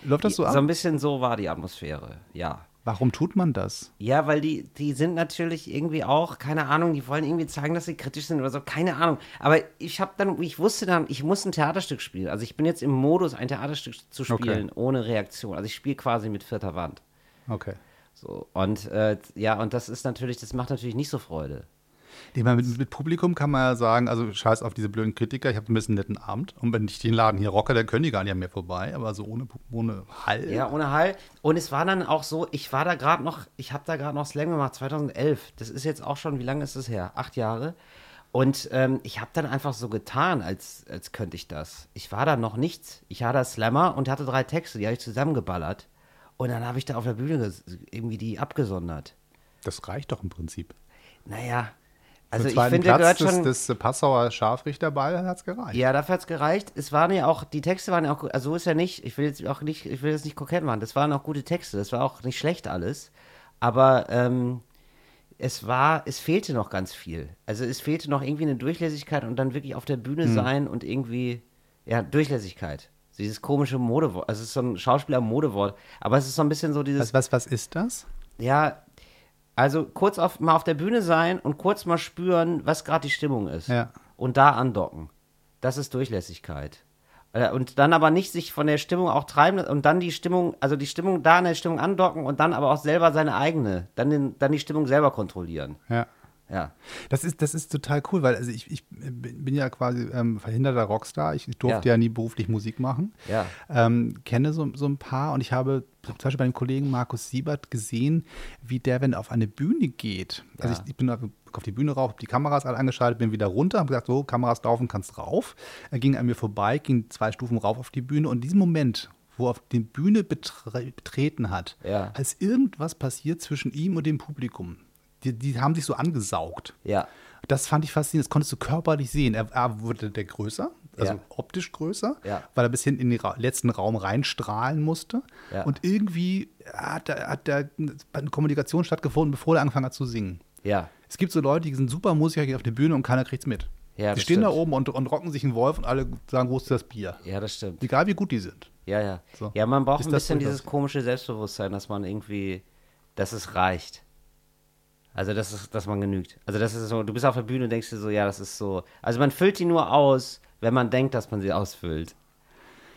läuft das so ab?
So ein bisschen so war die Atmosphäre, ja.
Warum tut man das?
Ja, weil die, die sind natürlich irgendwie auch, keine Ahnung, die wollen irgendwie zeigen, dass sie kritisch sind oder so, keine Ahnung. Aber ich habe dann, ich wusste dann, ich muss ein Theaterstück spielen. Also ich bin jetzt im Modus, ein Theaterstück zu
Okay.
spielen, ohne Reaktion. Also ich spiele quasi mit vierter Wand.
Okay.
So, und äh, ja, und das ist natürlich, das macht natürlich nicht so Freude.
Ich meine, mit, mit Publikum kann man ja sagen, also scheiß auf diese blöden Kritiker, ich habe ein bisschen netten Abend. Und wenn ich den Laden hier rocke, dann können die gar nicht an mir vorbei, aber so ohne, Pu- ohne Hall.
Ja, ohne Hall. Und es war dann auch so, ich war da gerade noch, ich habe da gerade noch Slam gemacht, 2011. Das ist jetzt auch schon, wie lange ist das her? Acht Jahre. Und ähm, ich habe dann einfach so getan, als, als könnte ich das. Ich war da noch nichts. Ich war da Slammer und hatte drei Texte, die habe ich zusammengeballert. Und dann habe ich da auf der Bühne ges- irgendwie die abgesondert.
Das reicht doch im Prinzip.
Naja, also
Zum
ich
zweiten
finde,
Platz
gehört schon...
des, des Passauer Scharfrichterball hat es gereicht.
Ja, dafür hat's gereicht. Es waren ja auch, die Texte waren ja auch, gu- also so ist ja nicht, ich will jetzt auch nicht, ich will jetzt nicht kokett machen, das waren auch gute Texte, das war auch nicht schlecht alles, aber ähm, es war, es fehlte noch ganz viel. Also es fehlte noch irgendwie eine Durchlässigkeit und dann wirklich auf der Bühne sein und irgendwie, ja, Durchlässigkeit. Dieses komische Modewort, also es ist so ein Schauspieler-Modewort, aber es ist so ein bisschen so dieses,
Was, was, was ist das?
ja, also kurz auf, mal auf der Bühne sein und kurz mal spüren, was gerade die Stimmung ist.
Ja.
Und da andocken. Das ist Durchlässigkeit. Äh, Und dann aber nicht sich von der Stimmung auch treiben lassen und dann die Stimmung, also die Stimmung da an der Stimmung andocken und dann aber auch selber seine eigene, dann, den, dann die Stimmung selber kontrollieren.
Ja.
Ja.
Das ist, das ist total cool, weil also ich, ich bin ja quasi ähm, verhinderter Rockstar. Ich durfte ja.
Ja.
nie beruflich Musik machen.
Ja.
Ähm, kenne so, so ein paar und ich habe zum Beispiel bei dem Kollegen Markus Siebert gesehen, wie der, wenn er auf eine Bühne geht. Also
Ja.
ich, ich bin da auf die Bühne rauf, hab die Kameras alle angeschaltet, bin wieder runter, habe gesagt, so, Kameras laufen, kannst rauf. Er ging an mir vorbei, ging zwei Stufen rauf auf die Bühne und in diesem Moment wo er auf die Bühne betre betreten hat,
Ja.
als irgendwas passiert zwischen ihm und dem Publikum. Die, die haben sich so angesaugt.
Ja.
Das fand ich faszinierend. Das konntest du körperlich sehen. Er, er wurde der größer, also
Ja.
optisch größer,
Ja.
weil er bis hin in den Ra letzten Raum reinstrahlen musste.
Ja.
Und irgendwie hat da, hat da eine Kommunikation stattgefunden, bevor er angefangen hat zu singen.
Ja.
Es gibt so Leute, die sind super Musiker, gehen auf die Bühne und keiner kriegt's mit.
Ja,
die
das
stehen da
stimmt.
oben und, und rocken sich einen Wolf und alle sagen, wo ist das Bier?
Ja, das stimmt.
Egal wie gut die sind.
Ja, ja.
So.
Ja, man braucht
Ist
ein
das
bisschen
so,
dieses
dass-
komische Selbstbewusstsein, dass man irgendwie, dass es reicht. Also, das ist, dass man genügt. Also, das ist so, du bist auf der Bühne und denkst dir so, ja, das ist so. Also, man füllt die nur aus, wenn man denkt, dass man sie ausfüllt.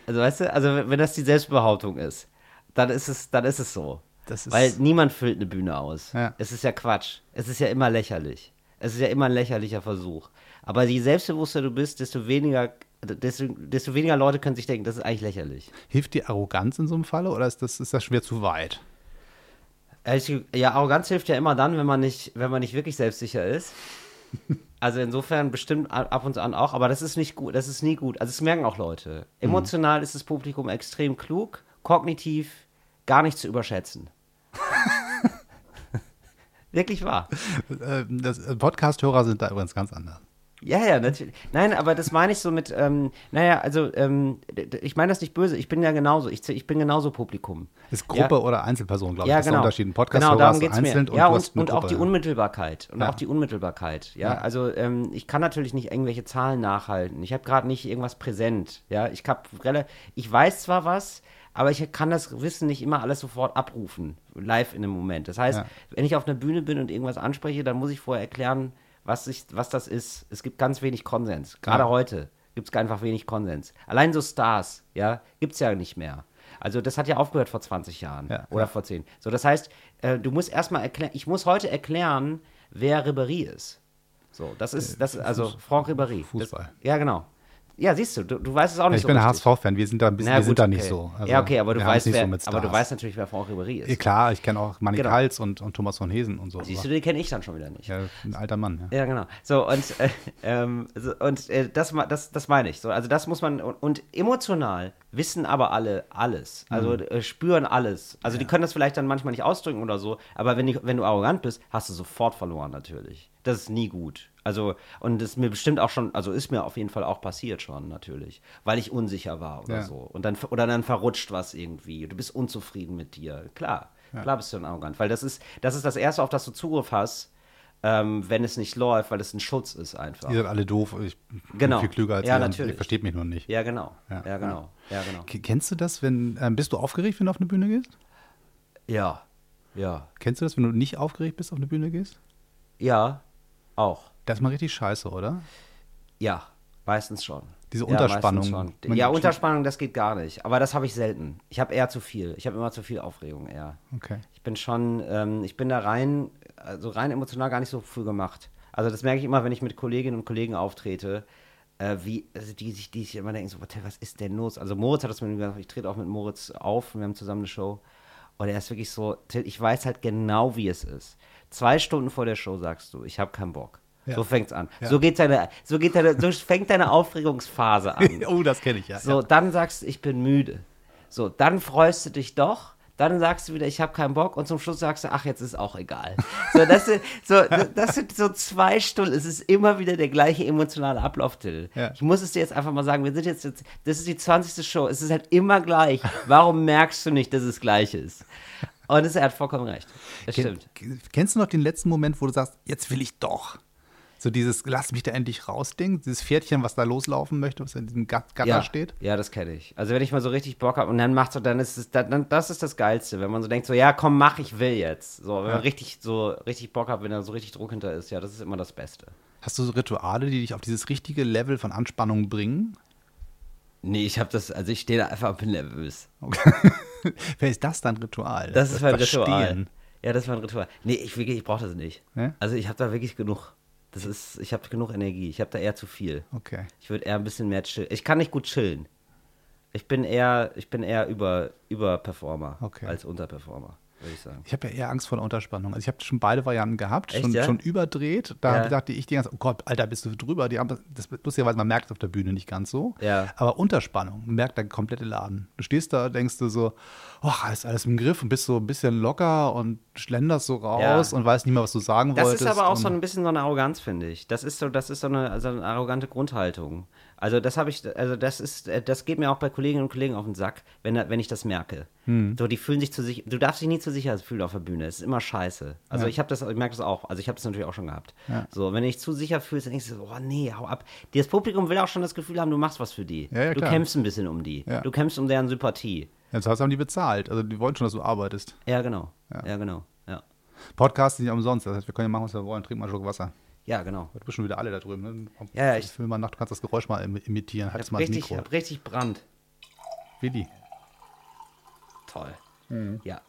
Also, weißt du, also, wenn wenn das die Selbstbehauptung ist, dann ist es, dann ist es so.
Das ist-
Weil niemand füllt eine Bühne aus.
Ja.
Es ist ja Quatsch. Es ist ja immer lächerlich. Es ist ja immer ein lächerlicher Versuch. Aber je selbstbewusster du bist, desto weniger, desto, desto weniger Leute können sich denken, das ist eigentlich lächerlich.
Hilft dir Arroganz in so einem Falle oder ist das, ist das schwer zu weit?
Also, ja, Arroganz hilft ja immer dann, wenn man nicht, wenn man nicht wirklich selbstsicher ist. Also insofern bestimmt a- ab und an auch, aber das ist nicht gut, das ist nie gut. Also es merken auch Leute. Emotional ist das Publikum extrem klug, kognitiv gar nicht zu überschätzen. Wirklich wahr.
Äh, Das äh, Podcast-Hörer sind da übrigens ganz anders.
Ja, ja, natürlich. Nein, aber das meine ich so mit, ähm, naja, also ähm, d- d- ich meine das nicht böse, ich bin ja genauso, ich, z- ich bin genauso Publikum.
Ist Gruppe oder Einzelperson, glaube ich.
Ja,
das ist
genau.
der Unterschied. Ein
genau,
Podcast-Hörer
darum
ist
geht's
einzeln
mir.
und
ja,
du
und,
hast eine
und auch die
Gruppe.
Unmittelbarkeit. Und
Ja.
auch die Unmittelbarkeit. Ja,
Ja.
also ähm, ich kann natürlich nicht irgendwelche Zahlen nachhalten. Ich habe gerade nicht irgendwas präsent. Ja, ich hab rela- ich weiß zwar was, aber ich kann das Wissen nicht immer alles sofort abrufen, live in dem Moment. Das heißt,
Ja.
wenn ich auf einer Bühne bin und irgendwas anspreche, dann muss ich vorher erklären, was, ich, was das ist. Es gibt ganz wenig Konsens. Gerade
Ja.
heute gibt es einfach wenig Konsens. Allein so Stars, ja, gibt es ja nicht mehr. Also das hat ja aufgehört vor 20 Jahren
Ja,
oder
ja.
vor 10. So, das heißt, äh, du musst erstmal erklären, ich muss heute erklären, wer Ribéry ist. So, das ist, das ist also Franck Ribéry.
Äh, Fußball.
Das, ja, genau. Ja, siehst du, du, du weißt es auch
Ja,
nicht
ich
so
bin ein
richtig.
HSV-fan, wir sind da, ein bisschen,
Na
wir sind
gut,
da
okay.
nicht so. Also,
ja, okay, aber du,
wir haben es
weißt,
nicht
wer,
so mit
aber du
Stars.
weißt natürlich, wer Franck Ribéry ist.
Ja, klar, ich kenne auch Manny
Genau.
Kals und, und Thomas von Hesen und so.
Siehst du,
aber-
den kenne ich dann schon wieder nicht.
ja, ein alter Mann, ja.
Ja, genau. So, und, äh, ähm, so, und äh, das, ma- das, das meine ich. So, also, das muss man. Und, und emotional wissen aber alle alles. Also, äh, spüren alles. Also, die können das vielleicht dann manchmal nicht ausdrücken oder so. Aber wenn, die, wenn du arrogant bist, hast du sofort verloren, natürlich. Das ist nie gut. Also, und das ist mir bestimmt auch schon. Also, ist mir auf jeden Fall auch passiert schon, natürlich. Weil ich unsicher war oder
Ja.
so. Und dann, oder dann verrutscht was irgendwie. Du bist unzufrieden mit dir. Klar. Klar bist du dann arrogant. Weil das ist, das ist das Erste, auf das du Zugriff hast ähm, wenn es nicht läuft, weil es ein Schutz ist einfach.
Ihr seid alle doof, ich
Genau.
bin viel klüger als
Ja,
ihr und
natürlich.
ihr versteht mich nur nicht.
Ja, genau.
Ja.
Ja, genau. Ja, genau.
K- Kennst du das, wenn, ähm, bist du aufgeregt, wenn du auf eine Bühne gehst?
Ja. Ja.
Kennst du das, wenn du nicht aufgeregt bist, auf eine Bühne gehst?
Ja. Auch.
Das ist mal richtig scheiße, oder?
Ja. Meistens schon.
Diese
ja,
Unterspannung.
meistens Schon.
Man-
Ja, Unterspannung, das geht gar nicht. Aber das habe ich selten. Ich habe eher zu viel. Ich habe immer zu viel Aufregung eher.
Okay.
Ich bin schon, ähm, ich bin da rein, also rein emotional gar nicht so früh gemacht. Also das merke ich immer, wenn ich mit Kolleginnen und Kollegen auftrete, äh, wie, also die, sich, die sich immer denken, so, "What the- was ist denn los? Also Moritz hat das mit mir gesagt, ich trete auch mit Moritz auf und wir haben zusammen eine Show. Und er ist wirklich so, Till, ich weiß halt genau, wie es ist. Zwei Stunden vor der Show sagst du, ich habe keinen Bock.
Ja.
So fängt's an.
Ja.
So geht deine, so geht deine, so fängt deine Aufregungsphase an.
Oh, das kenne ich, ja.
So, dann sagst du, ich bin müde. So, dann freust du dich doch. Dann sagst du wieder, ich habe keinen Bock. Und zum Schluss sagst du, ach, jetzt ist auch egal. So, das sind so, das sind so zwei Stunden. Es ist immer wieder der gleiche emotionale Ablauf, Till.
Ja.
Ich muss es dir jetzt einfach mal sagen. Wir sind jetzt, jetzt, das ist die 20. Show. Es ist halt immer gleich. Warum merkst du nicht, dass es gleich ist? Und es, er hat vollkommen recht. Das
Ken-
stimmt.
k- Kennst du noch den letzten Moment, wo du sagst, jetzt will ich doch? So dieses Lass mich da endlich raus-Ding, dieses Pferdchen, was da loslaufen möchte, was in diesem Gat- Gatter
ja,
steht.
Ja, das kenne ich. Also wenn ich mal so richtig Bock habe und dann macht so, dann ist es, dann, dann, das ist das Geilste, wenn man so denkt, so ja, komm, mach, ich will jetzt. So, wenn
Ja.
man richtig so richtig Bock hat, wenn da so richtig Druck hinter ist, ja, das ist immer das Beste.
Hast du so Rituale, die dich auf dieses richtige Level von Anspannung bringen?
Nee, ich habe das, also ich stehe da einfach und bin nervös.
Okay. Wer ist das dann Ritual?
Das ist mein
das
Ritual.
Stehen.
Ja, das ist mein Ritual. Nee, ich wirklich, ich brauche das nicht.
Ne?
Also ich habe da wirklich genug. Das ist, ich habe genug Energie. Ich habe da eher zu viel.
Okay.
Ich würde eher ein bisschen mehr chillen. Ich kann nicht gut chillen. Ich bin eher, ich bin eher über, Überperformer
Okay.
als Unterperformer, würde ich sagen.
Ich habe ja eher Angst vor der Unterspannung. Also ich habe schon beide Varianten gehabt,
Echt,
schon,
ja?
schon überdreht. Da
Ja.
dachte ich die ganze Zeit, oh Gott, Alter, bist du drüber. Die haben das, das lustigerweise, man merkt es auf der Bühne nicht ganz so.
Ja.
Aber Unterspannung, man merkt der komplette Laden. Du stehst da, denkst du so, oh, ist alles im Griff und bist so ein bisschen locker und schlenderst so raus
Ja.
und weißt nicht mehr, was du sagen
Das
wolltest.
ist aber auch
und,
so ein bisschen so eine Arroganz, finde ich. Das ist so, das ist so eine, so eine arrogante Grundhaltung. Also das habe ich, also das ist,
Hm.
äh, das geht mir auch bei Kolleginnen und Kollegen auf den Sack, wenn, da- wenn ich das merke. So, die fühlen sich zu sich, du darfst dich nie zu sicher fühlt auf der Bühne. Es ist immer scheiße. Also
Ja.
ich habe das, ich merke das auch. Also ich habe das natürlich auch schon gehabt.
Ja.
So, wenn du dich zu sicher fühlst, dann denkst du, so, oh nee, hau ab. Das Publikum will auch schon das Gefühl haben, du machst was für die.
Ja, ja,
du
klar.
kämpfst ein bisschen um die.
Ja.
Du kämpfst um deren Sympathie.
Jetzt hast du haben die bezahlt. Also die wollen schon, dass du arbeitest.
Ja, genau. Ja, genau. Ja.
Podcasts sind ja umsonst. Das heißt, wir können ja machen, was wir wollen. Trink mal einen Schluck Wasser.
ja, genau.
Heute bist schon wieder alle da drüben. Ne?
Ja, ja, ich-
Film mal nach, du kannst das Geräusch mal im- imitieren. Halt
Ich
jetzt mal
hab
das
richtig,
Mikro.
hab richtig Brand.
Willi.
Toll. Ja.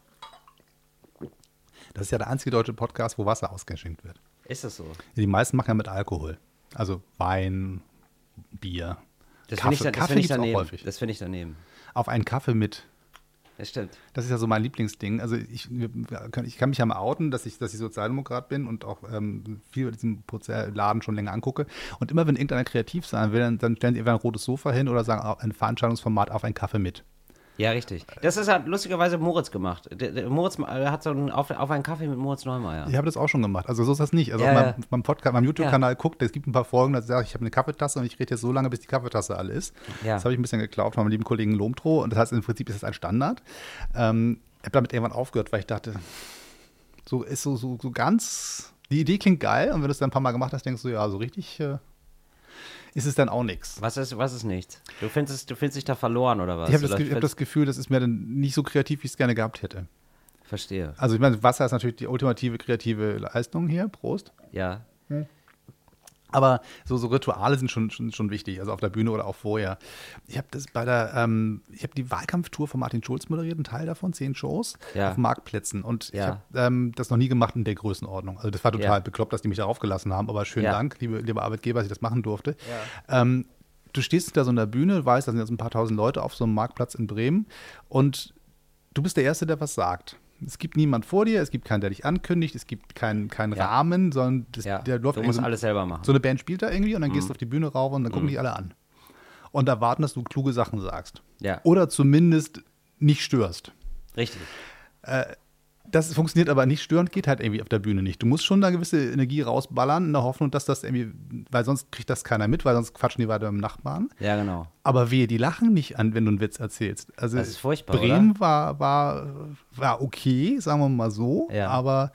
Das ist ja der einzige deutsche Podcast, wo Wasser ausgeschenkt wird.
Ist das so?
Die meisten machen ja mit Alkohol. Also Wein, Bier.
Das finde ich, dann- das
Kaffee
find ich
gibt's auch
daneben.
häufig.
Das finde ich daneben.
Auf einen Kaffee mit.
Das stimmt.
Das ist ja so mein Lieblingsding. Also ich, wir- wir können- ich kann mich ja mal outen, dass ich, dass ich Sozialdemokrat bin und auch ähm, viel über diesen Proze- Laden schon länger angucke. Und immer wenn irgendeiner kreativ sein will, dann, dann stellen sie entweder ein rotes Sofa hin oder sagen ah, ein Veranstaltungsformat auf einen Kaffee mit.
Ja, richtig. Das ist hat lustigerweise Moritz gemacht. Der, der Moritz äh, hat so einen auf, auf einen Kaffee mit Moritz Neumeier.
Ich habe das auch schon gemacht. Also so ist das nicht. Also
Ja,
auf
ja.
meinem, meinem Podcast, meinem YouTube-Kanal guckt, es gibt ein paar Folgen, da sage ich, ich habe eine Kaffeetasse und ich rede jetzt so lange, bis die Kaffeetasse alle ist.
Ja.
Das habe ich ein bisschen geklaut von meinem lieben Kollegen Lomtro und das heißt, im Prinzip ist das ein Standard. Ähm, ich habe damit irgendwann aufgehört, weil ich dachte, so ist so, so, so ganz, die Idee klingt geil und wenn du es dann ein paar Mal gemacht hast, denkst du, ja, so richtig äh, ist es dann auch nichts.
Was ist, was ist nichts? Du findest, es- du findest dich da verloren oder was?
Ich habe das,
Oder
Ge- ich hab das
findest-
Gefühl, das ist mir dann nicht so kreativ, wie ich es gerne gehabt hätte.
verstehe.
Also ich meine, Wasser ist natürlich die ultimative kreative Leistung hier. Prost.
Ja.
Aber so, so Rituale sind schon, schon, schon wichtig, also auf der Bühne oder auch vorher. Ich habe das bei der, ähm, ich habe die Wahlkampftour von Martin Schulz moderiert, einen Teil davon, zehn Shows
Ja.
auf Marktplätzen. Und ich
Ja.
habe ähm, das noch nie gemacht in der Größenordnung. Also das war total
Ja.
bekloppt, dass die mich darauf gelassen haben, aber schönen
Ja.
Dank, liebe, liebe Arbeitgeber, dass ich das machen durfte. Ähm, du stehst da so in der Bühne, du weißt, da sind jetzt ein paar tausend Leute auf so einem Marktplatz in Bremen und du bist der Erste, der was sagt. Es gibt niemand vor dir, es gibt keinen, der dich ankündigt, es gibt keinen, keinen
Ja.
Rahmen, sondern das,
Ja.
der läuft
du musst
irgendwie so-
alles selber machen. Mhm.
so eine Band spielt da irgendwie und dann gehst du auf die Bühne rauf und dann gucken die alle an. Und erwarten, dass du kluge Sachen sagst.
Ja.
Oder zumindest nicht störst.
richtig.
Das funktioniert aber nicht störend, geht halt irgendwie auf der Bühne nicht. Du musst schon da gewisse Energie rausballern in der Hoffnung, dass das irgendwie, weil sonst kriegt das keiner mit, weil sonst quatschen die weiter mit dem Nachbarn.
Ja, genau.
Aber wehe, die lachen nicht an, wenn du einen Witz erzählst. Also
Das ist furchtbar,
Bremen War, war, war okay, sagen wir mal so.
Ja.
Aber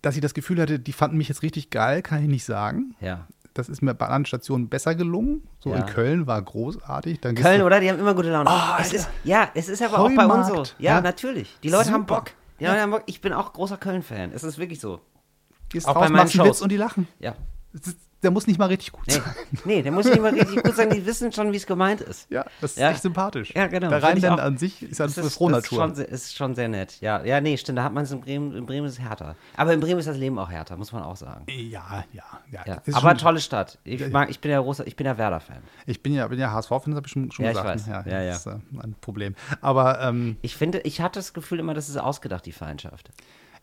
dass ich das Gefühl hatte, die fanden mich jetzt richtig geil, kann ich nicht sagen.
Ja.
Das ist mir bei anderen Stationen besser gelungen. So
Ja.
in Köln war großartig. Dann gehst
Köln,
du-
oder? Die haben immer gute Laune.
Ah,
es
Alter.
ist, ja, es ist aber auch bei uns so.
Heumarkt,
Ja,
ja.
natürlich. Die Leute haben
Super.
Bock. Die Leute haben Bock. Ich bin auch großer Köln-Fan. Es ist wirklich so.
gehst
auch
raus,
bei meinen
machst einen Witz
Shows.
und die lachen.
Ja.
Das ist- Der muss nicht mal richtig gut
Nee,
sein.
nee der muss nicht mal richtig gut sein. Die wissen schon, wie es gemeint ist.
Ja, das ist
Ja.
echt sympathisch.
Ja, genau.
Der
Find ich
Rheinländer
auch.
an sich ist eine
Das ist,
frohe
das ist, schon,
Natur.
sehr- ist schon sehr nett. Ja, ja, nee, stimmt. Da hat man es in Bremen. In Bremen ist es härter. Aber in Bremen ist das Leben auch härter, muss man auch sagen.
Ja, ja, ja.
Ja.
Das ist
Aber
schon-
tolle Stadt. Ich,
Ja, ja.
mag, ich bin ja großer, ich bin ja Werder-Fan.
Ich bin ja, bin ja HSV-Fan, das habe ich schon, schon
Ja, ich
gesagt.
weiß.
ne?
Ja, ja.
Das ist äh, ein Problem. Aber ähm,
Ich finde, ich hatte das Gefühl immer, das ist ausgedacht, die Feindschaft.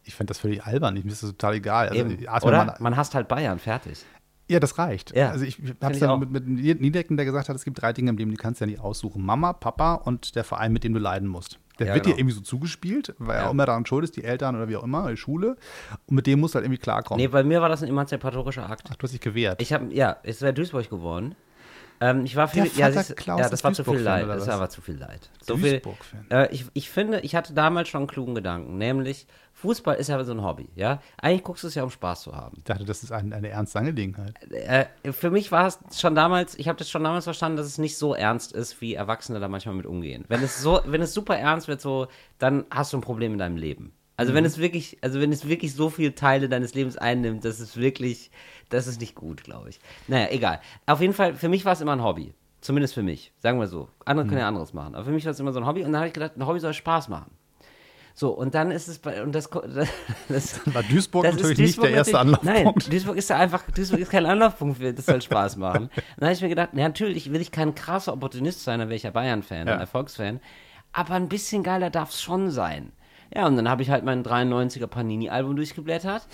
ich fand das völlig albern. Ich, mir ist das total egal. Also,
Eben,
Adrian
oder?
Mann-
Man hasst halt Bayern, fertig.
Ja, das reicht.
Ja,
also ich habe
find
es
ich
ja
auch.
mit, mit Niedecken, der gesagt hat, es gibt drei Dinge im Leben, die kannst du ja nicht aussuchen. Mama, Papa und der Verein, mit dem du leiden musst. Der
Ja,
wird dir
genau.
irgendwie so zugespielt, weil er
Ja.
auch immer daran schuld ist, die Eltern oder wie auch immer, die Schule. Und mit dem musst du halt irgendwie klarkommen.
Nee, bei mir war das ein emanzipatorischer Akt.
Ach, du hast dich gewehrt.
Ich habe, ja, es wäre Duisburg geworden. Ähm, ich war viel,
Der
ja,
Vater
siehst du,
Klaus
ja,
ist
das war zu viel
Duisburg-Fan,
Leid.
oder
Das
was?
war aber zu viel Leid. So viel,
Duisburg-Fan.
äh, ich, ich finde, ich hatte damals schon einen klugen Gedanken, nämlich Fußball ist ja so ein Hobby, ja. Eigentlich guckst du es ja, um Spaß zu haben.
ich dachte, das ist ein, eine ernste Angelegenheit.
Äh, für mich war es schon damals, ich habe das schon damals verstanden, dass es nicht so ernst ist, wie Erwachsene da manchmal mit umgehen. Wenn es so, wenn es super ernst wird, so, dann hast du ein Problem in deinem Leben. Also
Mhm.
wenn es wirklich, also wenn es wirklich so viele Teile deines Lebens einnimmt, das ist wirklich, das ist nicht gut, glaube ich. Naja, egal. Auf jeden Fall, für mich war es immer ein Hobby. Zumindest für mich. Sagen wir so. Andere können ja
Mhm.
anderes machen. Aber für mich war es immer so ein Hobby. Und dann habe ich gedacht, ein Hobby soll Spaß machen. So, und dann ist es bei, und das, ko- das
War Duisburg
das ist
natürlich nicht der erste
natürlich-
Anlaufpunkt.
Nein, Duisburg ist ja einfach, Duisburg ist kein Anlaufpunkt für, das soll Spaß machen. Und dann habe ich mir gedacht, na, natürlich will ich kein krasser Opportunist sein, dann wäre ich ja Bayern-Fan
Ja.
und Erfolgsfan, aber ein bisschen geiler darf es schon sein. Ja, und dann habe ich halt mein 93er Panini-Album durchgeblättert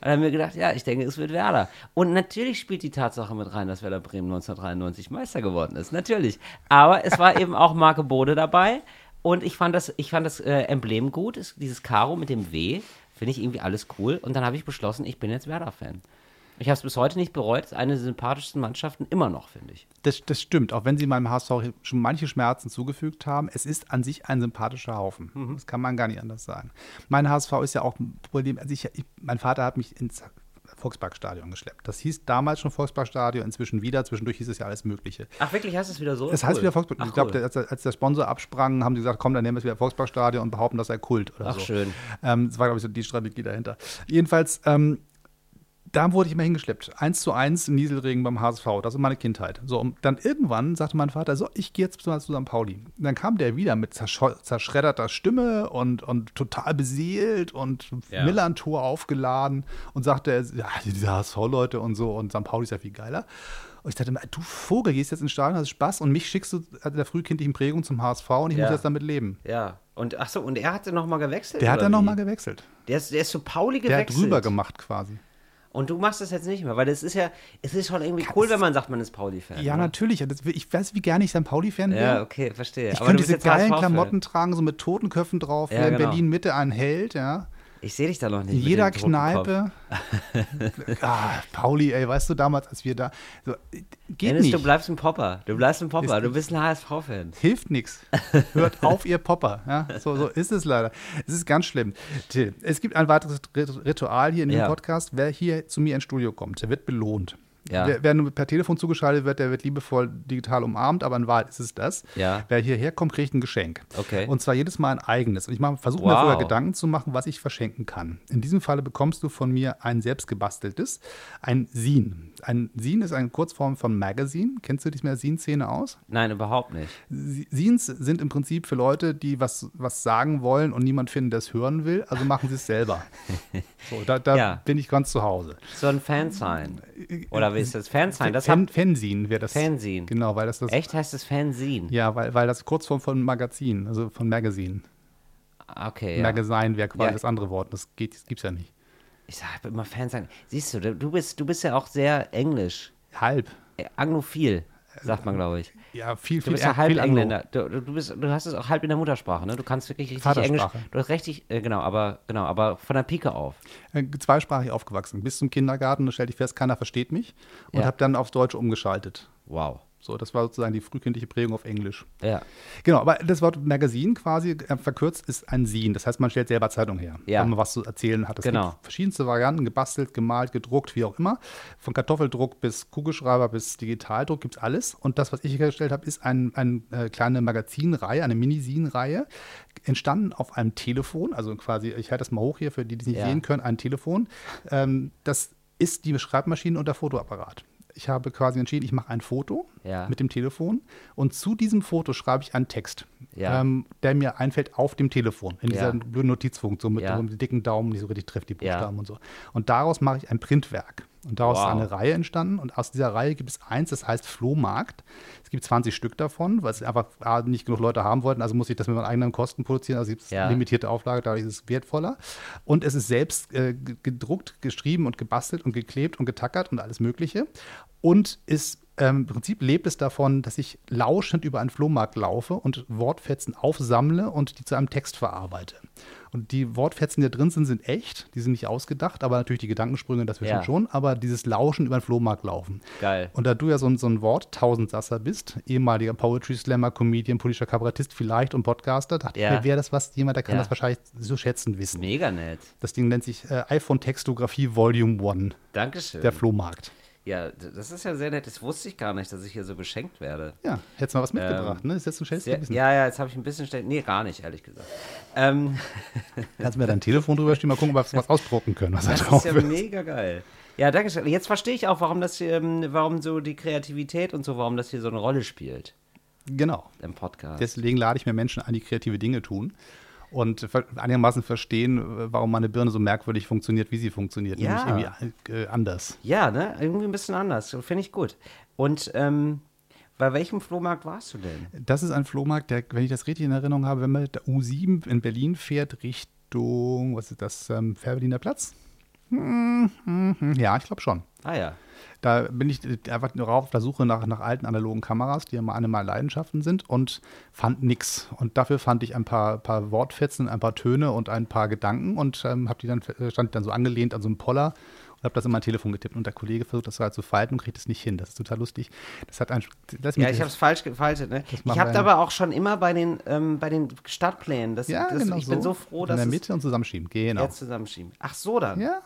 und habe mir gedacht, ja, ich denke, es wird Werder. Und natürlich spielt die Tatsache mit rein, dass Werder Bremen 1993 Meister geworden ist, natürlich. Aber es war eben auch Marke Bode dabei. Und ich fand das, ich fand das äh, Emblem gut, ist dieses Karo mit dem W, finde ich irgendwie alles cool. Und dann habe ich beschlossen, ich bin jetzt Werder-Fan. Ich habe es bis heute nicht bereut. Ist Eine der sympathischsten Mannschaften immer noch, finde ich.
Das, das stimmt, auch wenn sie meinem HSV schon manche Schmerzen zugefügt haben, es ist an sich ein sympathischer Haufen. Das kann man gar nicht anders sagen. Mein HSV ist ja auch ein Problem. Also ich, ich, mein Vater hat mich ins Volksparkstadion geschleppt. Das hieß damals schon Volksparkstadion, inzwischen wieder. Zwischendurch hieß es ja alles Mögliche.
Ach, wirklich heißt es wieder so?
Es heißt
Oh, Cool.
wieder Volkspark.
Ach,
ich glaube,
cool.
als, der- als der Sponsor absprang, haben die gesagt, komm, dann nehmen wir es wieder Volksparkstadion und behaupten, das sei Kult oder
Ach,
so.
schön.
Ähm, das war, glaube ich, so die Strategie dahinter. Jedenfalls, ähm, da wurde ich immer hingeschleppt. Eins zu eins im Nieselregen beim HSV. Das ist meine Kindheit. So, und dann irgendwann sagte mein Vater, so, ich gehe jetzt mal zu St. Pauli. Und dann kam der wieder mit zerscho- zerschredderter Stimme und, und total beseelt und
Ja.
Millantor aufgeladen und sagte, ja, diese HSV-Leute und so und St. Pauli ist ja viel geiler. Und ich dachte mir, du Vogel, gehst jetzt ins Stadion, hast Spaß und mich schickst du an der frühkindlichen Prägung zum HSV und ich
Ja.
muss jetzt damit leben.
Ja. Und ach so, und er hatte nochmal gewechselt.
Der hat
oder
dann
wie?
nochmal gewechselt.
Der ist, der ist zu Pauli
Der
gewechselt.
hat drüber gemacht quasi.
Und du machst das jetzt nicht mehr, weil das ist ja, es ist schon irgendwie cool, wenn man sagt, man ist Pauli-Fan.
Ja,
ne?
natürlich. Und das- Ich weiß, wie gerne ich St. Pauli-Fan wäre.
Ja, okay, verstehe.
Ich
Aber
könnte
du bist
diese
jetzt
geilen
HSV-Fan.
Klamotten tragen, so mit Totenköpfen drauf,
Ja,
wer in
genau.
Berlin Mitte einen hält, ja.
Ich sehe dich da noch nicht.
In
mit
jeder
dem toten Kopf.
Kneipe. ah, Pauli, ey, weißt du, damals, als wir da. So, äh, geht
Dennis, du
nicht.
bleibst ein Popper. Du bleibst ein Popper.
Ist-
du bist ein HSV-Fan.
Hilft nichts. Hört auf, ihr Popper. Ja, so, so ist es leider. Es ist ganz schlimm. Till, es gibt ein weiteres Rit- Ritual hier in dem
Ja.
Podcast. Wer hier zu mir ins Studio kommt, der wird belohnt.
Ja.
Wer, wer nur per Telefon zugeschaltet wird, der wird liebevoll digital umarmt, aber in Wahrheit ist es das.
Ja.
Wer hierher kommt, kriegt ein Geschenk.
Okay.
Und zwar jedes Mal ein eigenes. Und ich versuche mir
Wow.
vorher Gedanken zu machen, was ich verschenken kann. In diesem Falle bekommst du von mir ein selbstgebasteltes, ein Zine. Ein Zine ist eine Kurzform von Magazine. Kennst du dich mit der Zine-Szene aus?
Nein, überhaupt nicht.
Scenes sind im Prinzip für Leute, die was, was sagen wollen und niemand finden, der es hören will, also machen sie es selber. So, da da
Ja.
bin ich ganz zu Hause. Äh,
So ein Fansign. Oder wie ist das? Fansign. Das
Fan,
haben,
Fanzine wäre das.
Fanzine.
Genau, weil das das.
echt heißt es Fanzine.
Ja, weil, weil das Kurzform von Magazin, also von Magazine.
Ah, Okay, ja.
Magazine wäre quasi
Ja.
das andere Wort. Das, geht, das gibt's ja nicht.
Ich sag immer Fansign. Siehst du, du bist, du bist ja auch sehr englisch.
Halb.
Äh, Anglophil, sagt man, glaube ich.
Ja, viel,
Du
viel,
bist ja
viel
halb
Anglo.
Engländer. Du, du, bist, du hast es auch halb in der Muttersprache, ne? Du kannst wirklich richtig Englisch.
Vatersprache.
Du hast richtig, äh, genau, aber genau, aber von der Pike auf.
Äh, zweisprachig aufgewachsen. Bis zum Kindergarten, da stellte ich fest, keiner versteht mich. Und
Ja.
habe dann aufs Deutsche umgeschaltet.
Wow.
So, das war sozusagen die frühkindliche Prägung auf Englisch.
Ja.
Genau, aber das Wort Magazin quasi äh, verkürzt ist ein Sin. Das heißt, man stellt selber Zeitung her,
Ja.
wenn man was zu erzählen hat. Es
Genau.
gibt verschiedenste Varianten, gebastelt, gemalt, gedruckt, wie auch immer. Von Kartoffeldruck bis Kugelschreiber bis Digitaldruck gibt es alles. Und das, was ich hergestellt habe, ist ein, ein, äh, kleine Magazinreihe, eine Minisin-Reihe, entstanden auf einem Telefon. Also quasi, ich halte das mal hoch hier für die, die es nicht
Ja.
sehen können, ein Telefon. Ähm, das ist die Schreibmaschine und der Fotoapparat. Ich habe quasi entschieden, ich mache ein Foto
Ja.
mit dem Telefon und zu diesem Foto schreibe ich einen Text,
Ja.
ähm, der mir einfällt auf dem Telefon, in dieser
Ja.
blöden Notizfunktion mit
Ja.
dem dicken Daumen, die so richtig trifft, die
Ja.
Buchstaben und so. Und daraus mache ich ein Printwerk. Und daraus ist
Wow.
eine Reihe entstanden und aus dieser Reihe gibt es eins, das heißt Flohmarkt. Es gibt 20 Stück davon, weil es einfach A, nicht genug Leute haben wollten, also muss ich das mit meinen eigenen Kosten produzieren, also gibt es
Ja.
limitierte Auflage, dadurch ist es wertvoller. Und es ist selbst äh, ge- gedruckt, geschrieben und gebastelt und geklebt und getackert und alles Mögliche. Und ist ähm, im Prinzip lebt es davon, dass ich lauschend über einen Flohmarkt laufe und Wortfetzen aufsammle und die zu einem Text verarbeite. Und die Wortfetzen, die da drin sind, sind echt, die sind nicht ausgedacht, aber natürlich die Gedankensprünge, das wissen
Ja.
schon, aber dieses Lauschen über den Flohmarkt laufen.
Geil.
Und da du ja so ein, so ein Wort-Tausendsasser bist, ehemaliger Poetry Slammer, Comedian, politischer Kabarettist vielleicht und Podcaster, dachte
Ja.
ich mir, wäre das was, jemand, der kann
Ja.
das wahrscheinlich so schätzen wissen.
Mega nett.
Das Ding nennt sich äh, iPhone Textografie Volume 1,
Dankeschön.
der Flohmarkt.
ja, d- das ist ja sehr nett. Das wusste ich gar nicht, dass ich hier so beschenkt werde.
Ja, hättest mal was mitgebracht, ne? Ist jetzt ein schnellstes
Ähm, Sehr,
gewesen.
ja, ja, jetzt habe ich ein bisschen schnell. Nee, gar nicht, ehrlich gesagt. Ähm,
Kannst du mir dein Telefon drüber stehen, mal gucken, ob wir was ausdrucken können, was da
das ist
drauf
ja
wird.
mega geil. Ja, danke schön. Jetzt verstehe ich auch, warum das, ähm, warum so die Kreativität und so, warum das hier so eine Rolle spielt
Genau.
im Podcast.
Deswegen lade ich mir Menschen ein, die kreative Dinge tun und ver- einigermaßen verstehen, äh, warum meine Birne so merkwürdig funktioniert, wie sie funktioniert,
Ja.
nämlich irgendwie äh, anders.
ja, ne? Irgendwie ein bisschen anders. Finde ich gut. Und ähm, bei welchem Flohmarkt warst du denn?
Das ist ein Flohmarkt, der, wenn ich das richtig in Erinnerung habe, wenn man mit der U7 in Berlin fährt, Richtung, was ist das, ähm, Fährberliner Platz? Hm, hm, hm, Ja, ich glaube schon.
Ah ja.
Da bin ich äh, einfach nur auf der Suche nach, nach alten analogen Kameras, die ja mal eine meiner Leidenschaften sind und fand nix. Und dafür fand ich ein paar, paar Wortfetzen, ein paar Töne und ein paar Gedanken und ähm, hab die dann, äh, stand die dann so angelehnt an so einem Poller und habe das in mein Telefon getippt. Und der Kollege versucht das gerade zu falten und kriegt es nicht hin. Das ist total lustig. Das hat ein. Das
Ja, ich habe es falsch gefaltet. Ne?
Das machen
Ich
wir
habe
ja.
aber auch schon immer bei den, ähm, bei den Startplänen. Das,
ja,
das,
genau
ich bin so froh,
In
dass
der
es
Mitte und zusammenschieben. Genau.
jetzt zusammenschieben. Ach so dann.
Ja.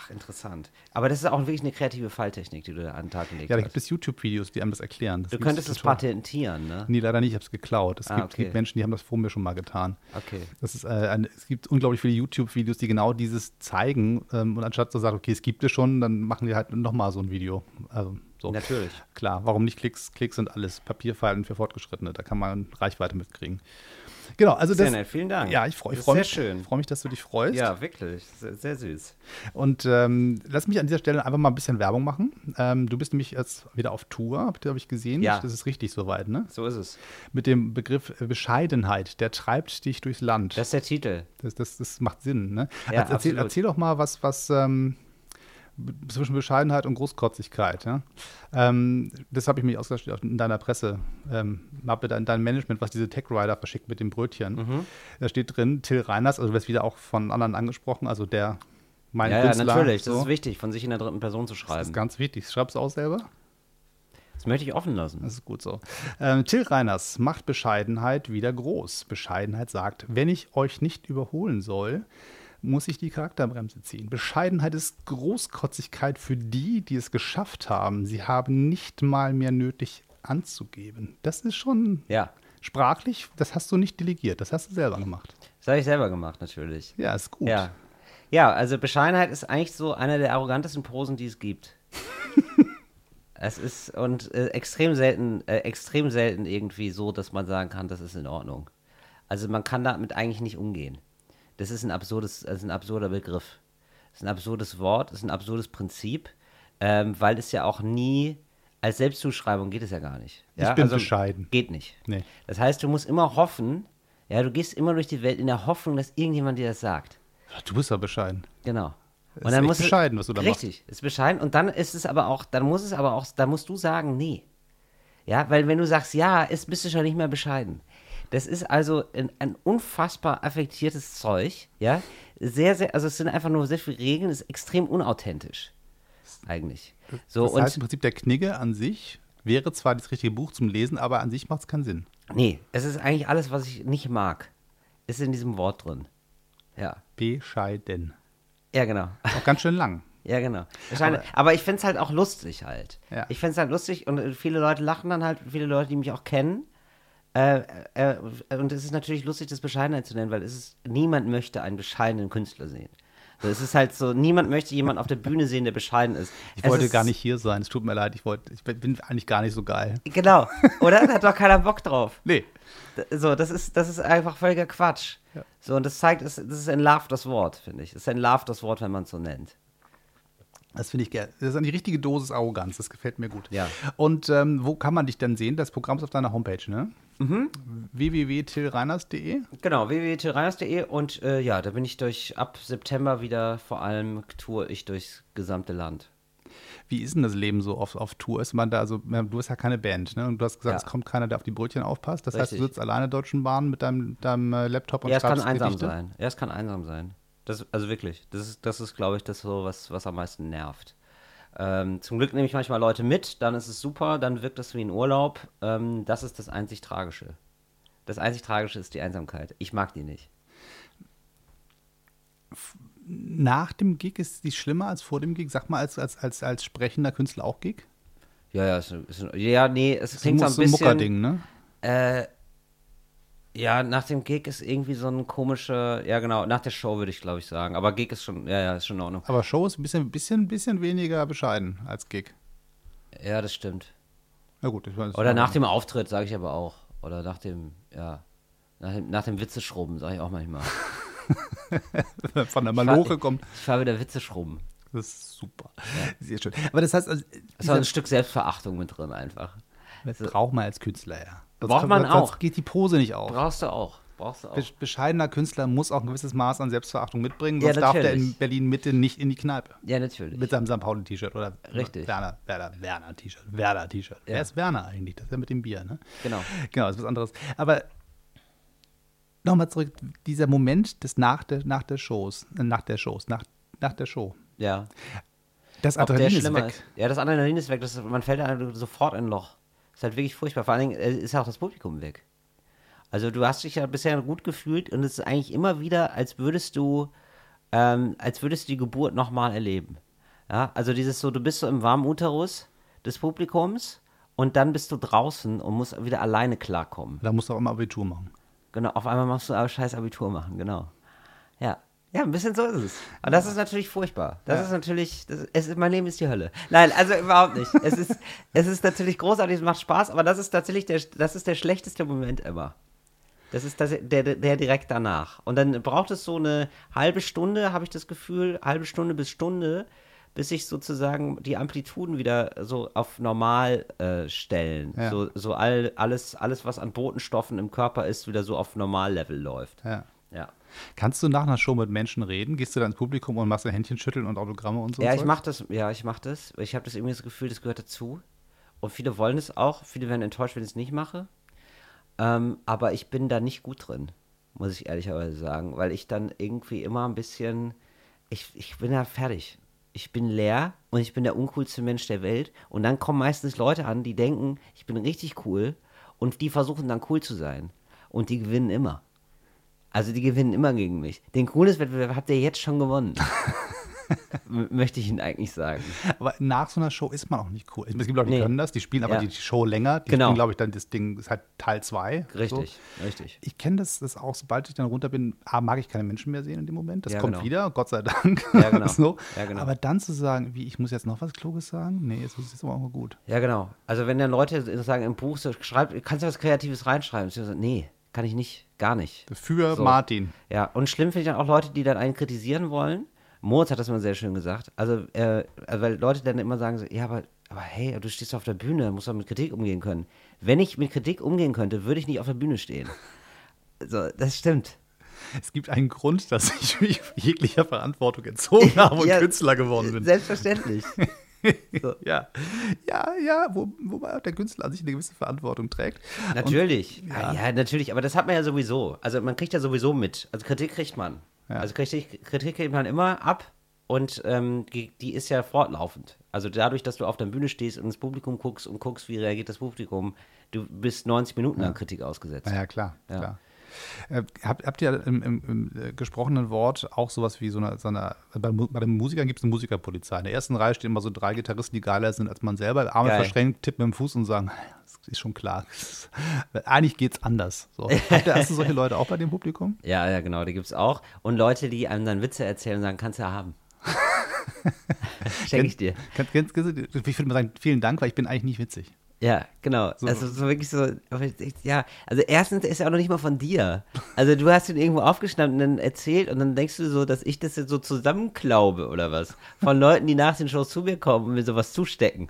Ach, interessant. Aber das ist auch wirklich eine kreative Falltechnik, die du da an den Tag gelegt
Ja, da gibt
hast.
es YouTube-Videos, die einem das erklären. Das
Du
gibt's
könntest es
total.
patentieren, ne?
Nee, leider nicht, ich habe es geklaut. Es
Ah,
gibt,
okay.
gibt Menschen, die haben das vor mir schon mal getan.
Okay.
Das ist, äh, ein, es gibt unglaublich viele YouTube-Videos, die genau dieses zeigen. Ähm, und anstatt zu sagen, okay, es gibt es schon, dann machen die halt nochmal so ein Video. Also, so.
Natürlich.
Klar, warum nicht Klicks? Klicks sind alles Papierfeilen für Fortgeschrittene. Da kann man Reichweite mitkriegen. Genau, also
Sehr
das.
nett, vielen Dank.
Ja, ich freue
Das ist
ich freu
sehr
mich.
schön.
Ich freue mich, dass du dich freust.
Ja, wirklich. Sehr, sehr süß.
Und ähm, lass mich an dieser Stelle einfach mal ein bisschen Werbung machen. Ähm, du bist nämlich jetzt wieder auf Tour, habe hab ich gesehen.
Ja.
Das ist richtig soweit, ne?
So ist es.
Mit dem Begriff äh, Bescheidenheit, der treibt dich durchs Land.
Das ist der Titel.
Das, das, das macht Sinn, ne?
Ja,
Erz- erzähl,
absolut.
erzähl doch mal was, was ähm, b- zwischen Bescheidenheit und Großkotzigkeit, ja? ähm, Das habe ich mich ausgedacht auf- in deiner Presse. Ähm, Mappe, dein, dein Management, was diese Tech Rider verschickt mit dem Brötchen.
Mhm.
Da steht drin, Till Reiners, also du wirst wieder auch von anderen angesprochen, also der mein
Ja, ja,
Künstler.
natürlich. Das
so.
ist wichtig, von sich in der dritten Person zu
Das ist
schreiben.
ganz wichtig. Schreib's auch selber.
Das möchte ich offen lassen.
Das ist gut so. Ähm, Till Reiners macht Bescheidenheit wieder groß. Bescheidenheit sagt, wenn ich euch nicht überholen soll, muss ich die Charakterbremse ziehen. Bescheidenheit ist Großkotzigkeit für die, die es geschafft haben. Sie haben nicht mal mehr nötig anzugeben. Das ist schon
Ja.
sprachlich, das hast du nicht delegiert, das hast du selber gemacht.
Das habe ich selber gemacht, natürlich.
Ja, ist gut.
Ja. Ja, also Bescheidenheit ist eigentlich so einer der arrogantesten Posen, die es gibt. es ist und äh, extrem selten, äh, extrem selten irgendwie so, dass man sagen kann, das ist in Ordnung. Also man kann damit eigentlich nicht umgehen. Das ist ein absurdes, das ist ein absurder Begriff. Das ist ein absurdes Wort, das ist ein absurdes Prinzip, ähm, weil es ja auch nie als Selbstzuschreibung geht es ja gar nicht.
Ich
Ja? also
bin bescheiden.
Geht nicht.
Nee.
Das heißt, du musst immer hoffen, ja, du gehst immer durch die Welt in der Hoffnung, dass irgendjemand dir das sagt.
Du bist ja bescheiden.
Genau. Und
ist echt bescheiden, was du da machst.
Richtig, ist bescheiden. Und dann ist es aber auch, dann muss es aber auch, dann musst du sagen, nee. Ja, weil wenn du sagst, ja, ist, bist du schon nicht mehr bescheiden. Das ist also ein, ein unfassbar affektiertes Zeug, ja. Sehr, sehr, also es sind einfach nur sehr viele Regeln, ist extrem unauthentisch. Eigentlich. So,
das
und
heißt im Prinzip, der Knigge an sich wäre zwar das richtige Buch zum Lesen, aber an sich macht es keinen Sinn.
nee, es ist eigentlich alles, was ich nicht mag, ist in diesem Wort drin. Ja.
Bescheiden.
Ja, genau.
Auch ganz schön lang.
Ja, genau. Wahrscheinlich. Aber, ich find's halt auch lustig halt.
Ja.
Ich find's halt lustig und äh, viele Leute lachen dann halt, viele Leute, die mich auch kennen. Äh, äh, und es ist natürlich lustig, das Bescheidenheit zu nennen, weil es ist, niemand möchte einen bescheidenen Künstler sehen. So, es ist halt so, niemand möchte jemanden auf der Bühne sehen, der bescheiden ist.
Ich
es
wollte
ist,
gar nicht hier sein. Es tut mir leid. Ich, wollte, ich bin- bin eigentlich gar nicht so geil.
Genau, oder? Da hat doch keiner Bock drauf.
Nee.
D- So, das ist, das ist einfach völliger Quatsch. So, und das zeigt, es- das ist ein Love das Wort, finde ich. Es ist ein Love das Wort, wenn man es so nennt.
Das finde ich geil. Das ist eine richtige Dosis Arroganz. Das gefällt mir gut.
Ja.
Und ähm, wo kann man dich denn sehen? Das Programm ist auf deiner Homepage, ne? Mhm. www.tillreiners.de.
Genau, www.tyrannus.de und äh, ja, da bin ich durch ab September wieder, vor allem tour ich durchs gesamte Land.
Wie ist denn das Leben so auf, auf Tour? Ist man da, also, na, du hast ja keine Band, ne? Und du hast gesagt,
Ja.
es kommt keiner, der auf die Brötchen aufpasst. Das heißt, du
Richtig.
sitzt alleine Deutschen Bahn mit deinem, deinem äh, Laptop und
ja, es kann
schreibst
einsam
Gedichte.
sein. Ja, es kann einsam sein. Das, also wirklich, das ist, das ist glaube ich, das so, was, was am meisten nervt. Ähm, zum Glück nehme ich manchmal Leute mit, dann ist es super, dann wirkt das wie ein Urlaub. Ähm, das ist das einzig Tragische. Das einzig Tragische ist die Einsamkeit. Ich mag die nicht.
Nach dem Gig ist die schlimmer als vor dem Gig. Sag mal, als, als, als, als sprechender Künstler auch Gig?
Ja, ja, ist, ist, ja nee, es
Das
klingt so ein
muss so ein
bisschen.
Muckerding, ne?
Ja, nach dem Gig ist irgendwie so ein komischer, ja genau, nach der Show würde ich glaube ich sagen. Aber Gig ist schon, ja, ja, ist schon in Ordnung.
Aber Show ist ein bisschen, bisschen, bisschen weniger bescheiden als Gig.
Ja, das stimmt.
Na gut, ich weiß
Oder nach dem Auftritt sage ich aber auch. Oder nach dem, ja, nach dem, nach dem Witzeschrubben sage ich auch manchmal.
Von der
Ich
Maloche
fahr-
kommt.
Ich fahre wieder Witzeschrubben.
Das ist super. Sehr schön. Aber das heißt, also,
Das ist auch ein
dieser-
Stück Selbstverachtung mit drin einfach.
das braucht man als Künstler, ja. Das
Braucht man auch.
Sonst geht die Pose nicht auf.
Brauchst du auch. Brauchst du auch.
Be- Bescheidener Künstler muss auch ein gewisses Maß an Selbstverachtung mitbringen,
Ja,
sonst darf der
natürlich.
in Berlin-Mitte nicht in die Kneipe.
Ja, natürlich.
Mit seinem St. Pauli-T-Shirt oder
Richtig.
Werner, Werner, Werner-T-Shirt, Werder-T-Shirt. Wer
Ja.
ist Werner eigentlich? Das ist ja mit dem Bier, ne?
Genau.
Genau, das ist was anderes. Aber nochmal zurück, dieser Moment des nach der, nach der Shows, äh, nach der Shows, nach, nach der Show.
Ja.
Das
ob der
Adrenalin ist
schlimmer
weg.
ist. Ja, das Adrenalin ist weg. Das, man fällt da sofort in ein Loch. Ist halt wirklich furchtbar. Vor allen Dingen äh, ist ja auch das Publikum weg. Also du hast dich ja bisher gut gefühlt und es ist eigentlich immer wieder, als würdest du, ähm, als würdest du die Geburt nochmal erleben. Ja, also dieses so, du bist so im warmen Uterus des Publikums und dann bist du draußen und musst wieder alleine klarkommen.
Da musst du auch immer Abitur machen.
Genau, auf einmal machst du aber scheiß Abitur machen, genau. Ja. Ja, ein bisschen so ist es. Und das ist natürlich furchtbar. Das ist natürlich, das, es ist, mein Leben ist die Hölle. Nein, also überhaupt nicht. Es ist, es ist natürlich großartig, es macht Spaß, aber das ist tatsächlich der, das ist der schlechteste Moment immer. Das ist das, der, der- der direkt danach. Und dann braucht es so eine halbe Stunde, habe ich das Gefühl, halbe Stunde bis Stunde, bis sich sozusagen die Amplituden wieder so auf normal äh, stellen.
Ja.
So, so all, alles, alles, was an Botenstoffen im Körper ist, wieder so auf Normallevel läuft.
Ja.
Ja,
Kannst du nach einer Show mit Menschen reden? Gehst du dann ins Publikum und machst ein Händchen schütteln und Autogramme und so?
ja
Zeug?
ich mache das, ja, ich mache das. Ich habe das irgendwie das Gefühl, das gehört dazu. Und viele wollen es auch. Viele werden enttäuscht, wenn ich es nicht mache. Ähm, aber ich bin da nicht gut drin, muss ich ehrlicherweise sagen, weil ich dann irgendwie immer ein bisschen, ich, ich bin da fertig. Ich bin leer und ich bin der uncoolste Mensch der Welt. Und dann kommen meistens Leute an, die denken, ich bin richtig cool und die versuchen dann cool zu sein. Und die gewinnen immer. Also die gewinnen immer gegen mich. Den cooles Wettbewerb habt ihr jetzt schon gewonnen. M- Möchte ich Ihnen eigentlich sagen.
Aber nach so einer Show ist man auch nicht cool. Es gibt Leute, die
Nee.
können das, die spielen aber
Ja.
die Show länger. Die
Genau.
spielen, glaube ich, dann das Ding, ist halt Teil 2.
Richtig,
So.
richtig.
Ich kenne das, das auch, sobald ich dann runter bin, A, mag ich keine Menschen mehr sehen in dem Moment. Das
Ja,
kommt
genau.
wieder, Gott sei Dank.
Ja, genau.
so.
Ja, genau.
Aber dann zu sagen, wie, ich muss jetzt noch was Kluges sagen? Nee, jetzt ist es aber auch mal gut.
Ja, genau. Also wenn dann Leute sagen im Buch, so, schreib, kannst du was Kreatives reinschreiben? Ich so, nee, kann ich nicht, gar nicht.
Für
So.
Martin.
Ja, und schlimm finde ich dann auch Leute, die dann einen kritisieren wollen. Moritz hat das immer sehr schön gesagt. Also, äh, also weil Leute dann immer sagen, so, ja, aber, aber hey, du stehst auf der Bühne, musst doch mit Kritik umgehen können. Wenn ich mit Kritik umgehen könnte, würde ich nicht auf der Bühne stehen. So, das stimmt.
Es gibt einen Grund, dass ich mich jeglicher Verantwortung entzogen habe und
Ja,
Künstler geworden bin.
Selbstverständlich.
Ja, ja, ja wo, wobei auch der Künstler an sich eine gewisse Verantwortung trägt.
Natürlich. ja. ja, natürlich. Aber das hat man ja sowieso. Also man kriegt ja sowieso mit. Also Kritik kriegt man. Also Kritik, Kritik kriegt man immer ab und ähm, die die ist ja fortlaufend. Also dadurch, dass du auf der Bühne stehst und ins Publikum guckst und guckst, wie reagiert das Publikum, du bist 90 Minuten an Kritik ausgesetzt.
Na ja, klar,
Ja.
klar. Äh, habt, habt ihr im, im, im äh, gesprochenen Wort auch sowas wie so eine, so eine also bei, Mu- bei den Musikern gibt es eine Musikerpolizei. In der ersten Reihe stehen immer so drei Gitarristen, die geiler sind als man selber, Arme
Geil.
verschränkt, tippen mit dem Fuß und sagen, das ist schon klar. Eigentlich geht's anders. So. Habt ihr, hast du solche Leute auch bei dem Publikum?
Ja, ja, genau, die gibt's auch. Und Leute, die einem dann Witze erzählen und sagen, kannst du ja haben. Schenke ich dir.
Ganz, ganz, ganz, ich würde mal sagen, vielen Dank, weil ich bin eigentlich nicht witzig.
Ja, genau. Also so wirklich so, aber ich- ich- ja, also erstens ist er auch noch nicht mal von dir. Also du hast ihn irgendwo aufgeschnappt und dann erzählt und dann denkst du so, dass ich das jetzt so zusammenklaube oder was. Von Leuten, die nach den Shows zu mir kommen und mir sowas zustecken.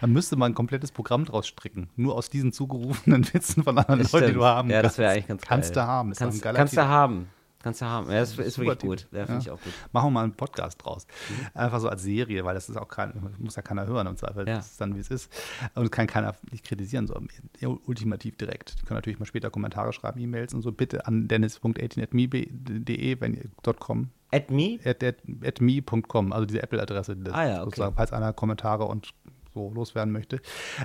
Dann müsste man ein komplettes Programm draus stricken. Nur aus diesen zugerufenen Witzen von anderen
Das
Leuten, die
stimmt.
du haben
Ja, das
kannst.
wäre eigentlich ganz
Kannst
geil.
du haben. ist doch ein
kannst,
geiler
kannst
Titel.
du haben. Kannst du haben. Ja, das ist
Super
wirklich gut.
Titel.
Ja, finde ich auch gut.
Machen wir mal einen Podcast draus. Einfach so als Serie, weil das ist auch kein, muss ja keiner hören im Zweifel.
Ja.
Das ist dann, wie es ist. Und kann keiner nicht kritisieren, so ja, ultimativ direkt. Die können natürlich mal später Kommentare schreiben, E-Mails und so. Bitte an dennis.18.me.de, wenn ihr dort kommen.
At me?
At, at, at me.com, also diese Apple-Adresse, das
Ah ja, okay.
sozusagen, falls einer Kommentare und so loswerden möchte.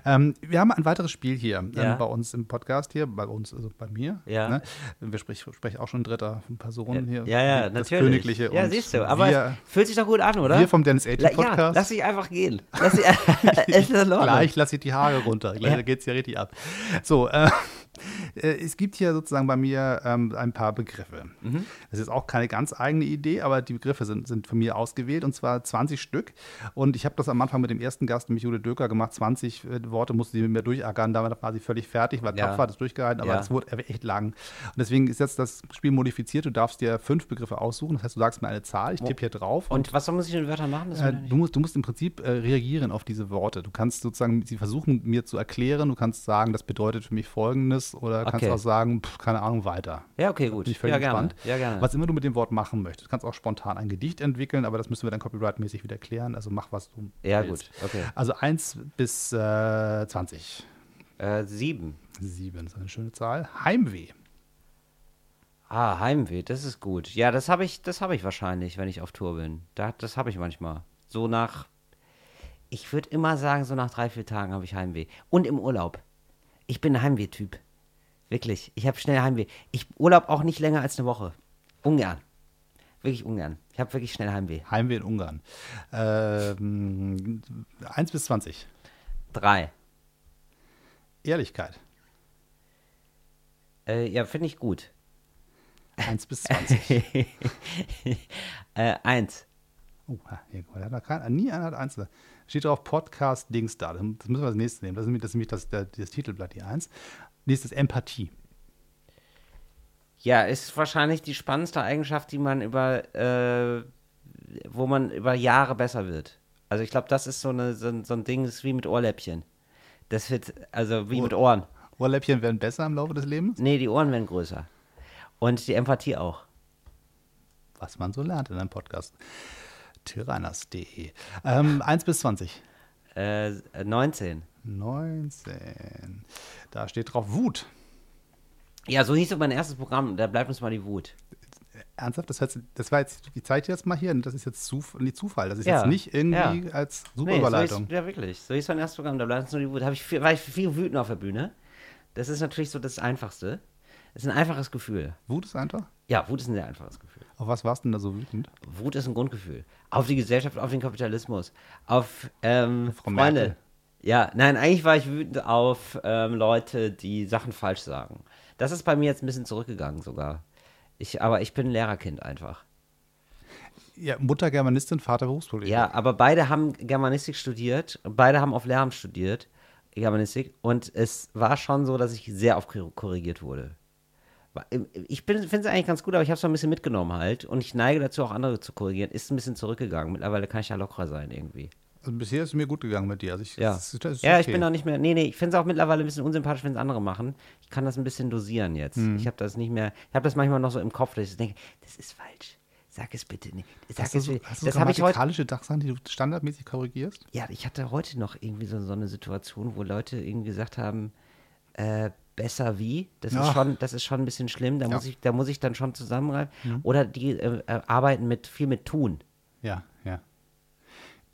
Ähm, wir haben ein weiteres Spiel hier
Ja.
ähm, bei uns im Podcast hier, bei uns, also bei mir.
Ja.
Ne? Wir sprich, sprechen auch schon dritter Personen hier.
Ja, ja,
das
natürlich.
Königliche
ja,
und
siehst du, aber
wir,
es fühlt sich doch gut an, oder?
wir vom Dennis
La-
Agent
Ja,
Podcast.
lass dich einfach gehen. Lass dich, es ist in Ordnung.
Gleich lasse ich die Haare runter. Gleich
Ja.
geht es ja richtig ab. So, äh, äh, es gibt hier sozusagen bei mir ähm, ein paar Begriffe.
Mhm.
Das ist auch keine ganz eigene Idee, aber die Begriffe sind, sind von mir ausgewählt und zwar 20 Stück. Und ich habe das am Anfang mit dem ersten Gast, nämlich Jude Döker, gemacht. 20 äh, Worte musste sie mit mir durchackern. Damit war sie völlig fertig, war
Ja.
tapfer, hat es durchgehalten, aber
Ja.
es wurde echt lang. Und deswegen ist jetzt das Spiel modifiziert. Du darfst dir fünf Begriffe aussuchen. Das heißt, du sagst mir eine Zahl, ich tippe hier drauf
Und was muss ich mit den Wörtern machen? Das
äh,
will ich-
du, musst, du musst im Prinzip äh, reagieren auf diese Worte. Du kannst sozusagen sie versuchen, mir zu erklären. Du kannst sagen, das bedeutet für mich Folgendes. Oder kannst
Okay.
auch sagen, pff, keine Ahnung, weiter.
ja, okay, gut.
Bin ich völlig
ja, gerne.
entspannt.
Ja, gerne.
Was immer du mit dem Wort machen möchtest. Du kannst auch spontan ein Gedicht entwickeln, aber das müssen wir dann copyright-mäßig wieder klären. Also mach, was du
Ja,
willst.
gut, okay.
Also 1 bis äh, 20.
Äh, sieben.
7 ist eine schöne Zahl. Heimweh.
Ah, Heimweh, das ist gut. Ja, das habe ich, das habe ich wahrscheinlich, wenn ich auf Tour bin. Da, das habe ich manchmal. So nach Ich würde immer sagen, so nach drei, vier Tagen habe ich Heimweh. Und im Urlaub. Ich bin ein Heimweh-Typ. Wirklich. Ich habe schnell Heimweh. Ich Urlaub auch nicht länger als eine Woche. Ungern. Wirklich ungern. Ich habe wirklich schnell Heimweh.
Heimweh in Ungarn. Ähm, 1 bis 20.
Drei.
Ehrlichkeit.
Äh, ja, finde ich gut.
1 bis 20.
äh, eins.
Oh, ha, hier, guck mal, da hat er kein, nie einer hat eins. da. Steht drauf Podcast Dings da. Das müssen wir als nächstes nehmen. Das ist nämlich das, ist nämlich das, der- das Titelblatt, die eins. Nächstes Empathie.
Ja, ist wahrscheinlich die spannendste Eigenschaft, die man über, äh, wo man über Jahre besser wird. Also ich glaube, das ist so, eine, so, ein- so ein Ding, das ist wie mit Ohrläppchen. Das wird, also wie mit Ohren.
Ohrläppchen werden besser im Laufe des Lebens,
Nee, die Ohren werden größer. Und die Empathie auch.
was man so lernt in einem Podcast. Tyranners.de. Ähm, 1 bis 20.
Äh, 19.
19. Da steht drauf Wut.
Ja, so hieß so mein erstes Programm, da bleibt uns mal die Wut.
Ernsthaft, das, heißt, das war jetzt, ich zeige dir jetzt mal hier, und das ist jetzt Zuf nee, Zufall. Das ist
Ja,
jetzt nicht irgendwie
ja.
als
Nee, so hieß,
Superüberleitung.
ja, wirklich. So hieß mein erstes Programm, da bleibt uns nur die Wut. Hab ich viel, war ich viel wütend auf der Bühne. Das ist natürlich so das Einfachste. Das ist ein einfaches Gefühl.
Wut ist einfach.
Ja, Wut ist ein sehr einfaches Gefühl.
Auf was warst du denn da so wütend?
Wut ist ein Grundgefühl. Auf die Gesellschaft, auf den Kapitalismus, auf ähm,
Frau
Freunde.
Merkel.
Ja, nein, eigentlich war ich wütend auf ähm, Leute, die Sachen falsch sagen. Das ist bei mir jetzt ein bisschen zurückgegangen sogar. Ich, aber ich bin ein Lehrerkind einfach.
Ja, Mutter Germanistin, Vater Berufspolitiker.
Ja, aber beide haben Germanistik studiert, beide haben auf Lehramt studiert, Germanistik, und es war schon so, dass ich sehr oft kor- korrigiert wurde. War- Ich finde es eigentlich ganz gut, aber ich habe es ein bisschen mitgenommen halt und ich neige dazu, auch andere zu korrigieren. Ist ein bisschen zurückgegangen. Mittlerweile kann ich ja lockerer sein irgendwie.
Also bisher ist es mir gut gegangen mit dir. Also ich,
Ja,
das ist, das ist
ja ich
okay.
bin auch nicht mehr. Nee, nee, ich finde es auch mittlerweile ein bisschen unsympathisch, wenn es andere machen. Ich kann das ein bisschen dosieren jetzt.
Mhm.
Ich habe das nicht mehr. Ich habe das manchmal noch so im Kopf, dass ich denke, das ist falsch. Sag es bitte nicht. Sag
Hast du
es
so,
bitte.
hast du
das
so
habe ich heute
grammatikalische Sachen, die du standardmäßig korrigierst?
ja, ich hatte heute noch irgendwie so, so eine Situation, wo Leute irgendwie gesagt haben, äh, besser wie. Das ist
Ach.
schon, das ist schon ein bisschen schlimm. Da
Ah. Ja. Mhm.
muss ich, da muss ich dann schon zusammenreiben. Oder die äh, äh, arbeiten mit viel mit tun.
Ja, ja.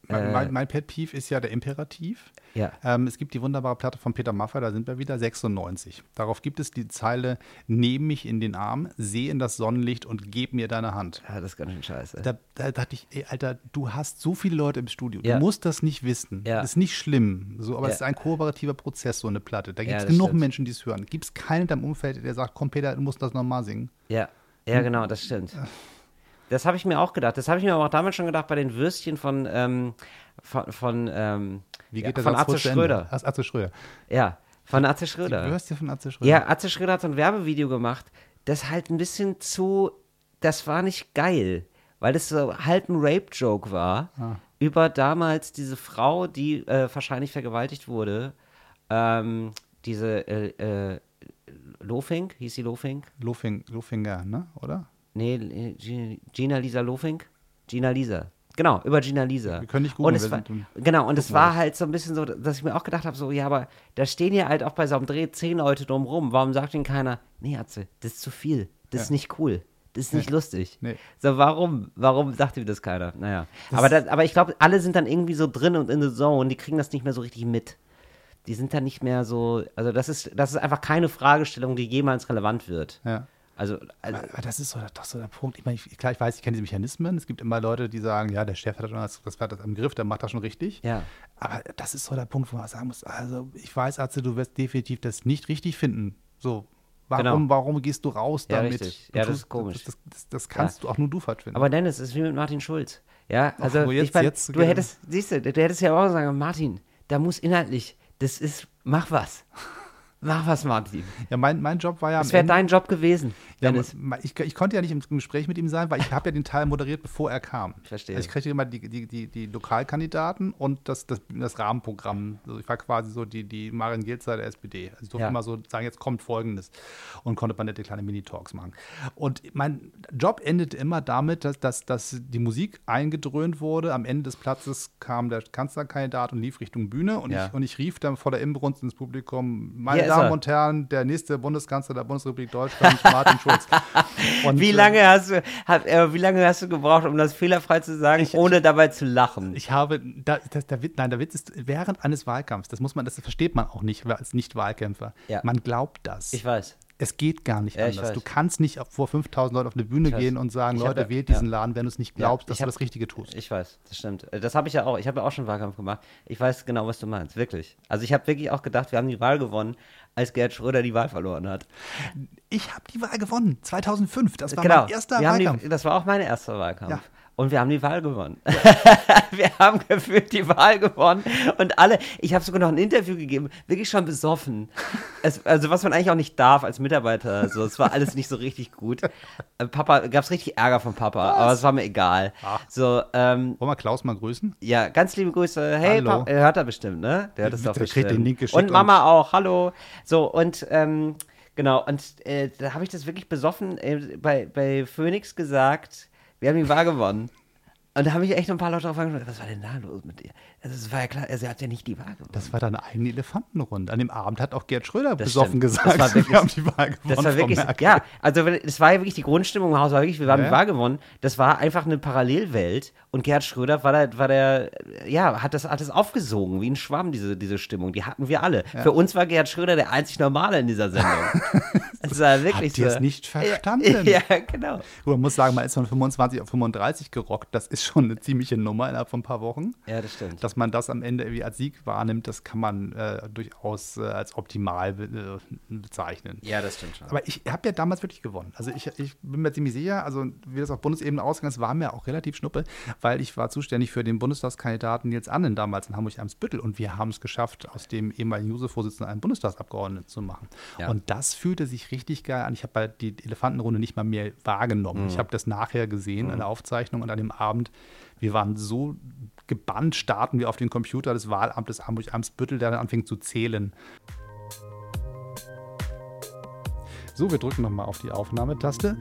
Mein, mein, mein Pet Peeve ist ja der Imperativ.
Äh. Ja.
Ähm, es gibt die wunderbare Platte von Peter Maffay, da sind wir wieder, 96. Darauf gibt es die Zeile, nehm mich in den Arm, seh in das Sonnenlicht und geb mir deine Hand.
Ja, Ah, das ist ganz schön scheiße.
Da, da dachte ich, ey, Alter, du hast so viele Leute im Studio.
Ja.
Du musst das nicht wissen.
Ja.
Das ist nicht schlimm. So, aber
Ja.
es ist ein kooperativer Prozess, so eine Platte. Da gibt es
das
genug
stimmt.
Menschen, die es hören. Gibt es keinen in deinem Umfeld, der sagt, komm, Peter, du musst das nochmal singen.
Ja,
Mhm.
ja, genau, das stimmt.
Ah.
Das habe ich mir auch gedacht. Das habe ich mir aber auch damals schon gedacht bei den Würstchen von, ähm, von, von, ähm,
Wie
ja,
geht der
von
Satz
Atze
kurz zu Ende?
Schröder.
Ach, Atze Schröder.
Ja, von Atze
Du
Schröder.
hörst ja von Atze Schröder.
Ja, Atze Schröder hat so ein Werbevideo gemacht, das halt ein bisschen zu, das war nicht geil, weil das so halt ein Rape-Joke war über damals diese Frau, die äh, wahrscheinlich vergewaltigt wurde, ähm, diese äh, äh, Lofink, hieß sie Lofink?
Lofing, Lofinger, ne? Oder?
Nee, äh, Gina- Gina Lisa Lofink? Gina Lisa. Genau, über Gina Lisa.
Wir können nicht googeln,
Und es
wir
war,
sind im-
genau, und es war halt so ein bisschen so, dass ich mir auch gedacht habe, so, ja, aber da stehen ja halt auch bei so einem Dreh zehn Leute drumrum. Warum sagt ihnen keiner, nee, Atze, das ist zu viel, das ist
Ja.
nicht cool, das ist nicht lustig.
Nee.
So, warum, warum sagt ihm das keiner? Naja, aber, das, aber ich glaube, alle sind dann irgendwie so drin und in the zone, die kriegen das nicht mehr so richtig mit. Die sind dann nicht mehr so, also das ist, das ist einfach keine Fragestellung, die jemals relevant wird.
Ja.
Also, also
Aber das ist so, das ist so der Punkt. Ich meine, ich, klar, ich weiß, ich kenne diese Mechanismen. Es gibt immer Leute, die sagen, ja, der Chef hat das, das, hat das am Griff, der macht das schon richtig.
Ja.
Aber das ist so der Punkt, wo man sagen muss, also ich weiß, Atze, du wirst definitiv das nicht richtig finden. So, warum,
Genau.
warum gehst du raus
Ja,
damit?
richtig.
Du
Ja, das
tust-
ist komisch.
Das, das, das kannst du auch nur du falsch finden.
Aber Dennis, es ist wie mit Martin Schulz. Ja, also
nur
jetzt,
jetzt-
ich mein,
jetzt- Genau.
du hättest, siehst du, du hättest ja auch sagen, Martin, da muss inhaltlich, das ist, mach was. Mach was, Martin.
ja, mein, mein Job war ja
Das wäre dein Job gewesen,
Ja,
Dennis.
ma- ich, ich konnte ja nicht im Gespräch mit ihm sein, weil ich habe ja den Teil moderiert, bevor er kam.
Verstehe.
Also ich kriegte immer die, die, die, die Lokalkandidaten und das, das, das Rahmenprogramm. Also ich war quasi so die, die Marin Gilzer der SPD. Also ich durfte
Ja.
immer so sagen, jetzt kommt Folgendes. Und konnte man nette kleine Mini-Talks machen. Und mein Job endete immer damit, dass, dass, dass die Musik eingedröhnt wurde. Am Ende des Platzes kam der Kanzlerkandidat und lief Richtung Bühne. Und,
Ja.
ich, und ich rief dann voller Imbrunst ins Publikum,
Hier
meine Damen und Herren, der nächste Bundeskanzler der Bundesrepublik Deutschland, Martin Schulz. Und,
Wie
äh,
lange, hast du, hab, äh, wie lange hast du gebraucht, um das fehlerfrei zu sagen, ohne dabei zu lachen?
Ich habe, da, das, der, Witz, nein, der Witz ist während eines Wahlkampfs, das muss man, das versteht man auch nicht als Nicht-Wahlkämpfer.
Ja.
Man glaubt das.
Ich weiß.
es geht gar nicht
Ja, ich
anders.
weiß.
Du kannst nicht auf- vor 5000 Leuten auf eine Bühne
weiß.
gehen und sagen,
Ich hab
Leute,
ja-
wählt
ja.
diesen Laden, wenn du es nicht
ich
glaubst, dass du
hab-
das Richtige tust.
Ich weiß, das stimmt. Äh, Das habe ich ja auch. Ich habe ja auch schon Wahlkampf gemacht. Ich weiß genau, was du meinst, wirklich. Also ich habe wirklich auch gedacht, wir haben die Wahl gewonnen, als Gerhard Schröder die Wahl verloren hat.
Ich habe die Wahl gewonnen, 2005. Das war
genau.
mein erster
wir haben
Wahlkampf.
Die, das war auch mein erster Wahlkampf.
Ja.
Und wir haben die Wahl gewonnen. wir haben gefühlt die Wahl gewonnen. Und alle, ich habe sogar noch ein Interview gegeben, wirklich schon besoffen. Es, also was man eigentlich auch nicht darf als Mitarbeiter. So, es war alles nicht so richtig gut. Äh, Papa, gab es richtig Ärger von Papa, aber es war mir egal. So, ähm,
Wollen wir Klaus mal grüßen?
ja, ganz liebe Grüße. Hey,
Hallo.
Papa, er hört er bestimmt, ne? Der hört es
Der
doch
kriegt
bestimmt.
den Link geschickt
und Mama auch, hallo. So, und ähm, genau, und äh, da habe ich das wirklich besoffen äh, bei, bei Phoenix gesagt, wir haben die Wahl gewonnen. Und da haben mich echt ein paar Leute drauf angesprochen, was war denn da los mit dir? Also es war ja klar, also er hat ja nicht die Wahl gewonnen.
Das war dann eine Elefantenrunde. An dem Abend hat auch Gerd Schröder
Das
besoffen
stimmt. Das
gesagt,
war wirklich-
wir haben die Wahl gewonnen.
Das war
Frau
wirklich,
Merkel.
ja, also wenn- es war ja wirklich die Grundstimmung im Haus, war wirklich, wir haben
Ja,
die
ja.
wahr gewonnen. Das war einfach eine Parallelwelt und Gerhard Schröder war der, war der ja, hat das, hat das aufgesogen, wie ein Schwamm, diese, diese Stimmung. Die hatten wir alle. Für uns war Gerhard Schröder der einzig Normale in dieser Sendung. Es war wirklich
Habt ihr
so.
es nicht
ja,
verstanden?
ja, genau.
Gut, Man muss sagen, man ist von 25 auf 35 gerockt. Das ist schon eine ziemliche Nummer innerhalb von ein paar Wochen.
Ja, das stimmt.
Dass man das am Ende irgendwie als Sieg wahrnimmt, das kann man äh, durchaus äh, als optimal be äh, bezeichnen.
ja, das stimmt schon.
Aber ich habe ja damals wirklich gewonnen. Also ich, ich bin mir ziemlich sicher, also wie das auf Bundesebene ausgegangen ist, war mir auch relativ schnuppe, weil ich war zuständig für den Bundestagskandidaten Nils Annen damals in Hamburg-Eimsbüttel und wir haben es geschafft, aus dem ehemaligen Juso-Vorsitzenden einen Bundestagsabgeordneten zu machen.
Ja.
Und das fühlte sich richtig geil an. Ich habe halt die Elefantenrunde nicht mal mehr wahrgenommen. Ich habe das nachher gesehen in der Aufzeichnung und an dem Abend, wir waren so gebannt, starten wir auf den Computer des Wahlamtes Hamburg-Eimsbüttel, der dann anfing zu zählen. So, wir drücken nochmal auf die Aufnahmetaste.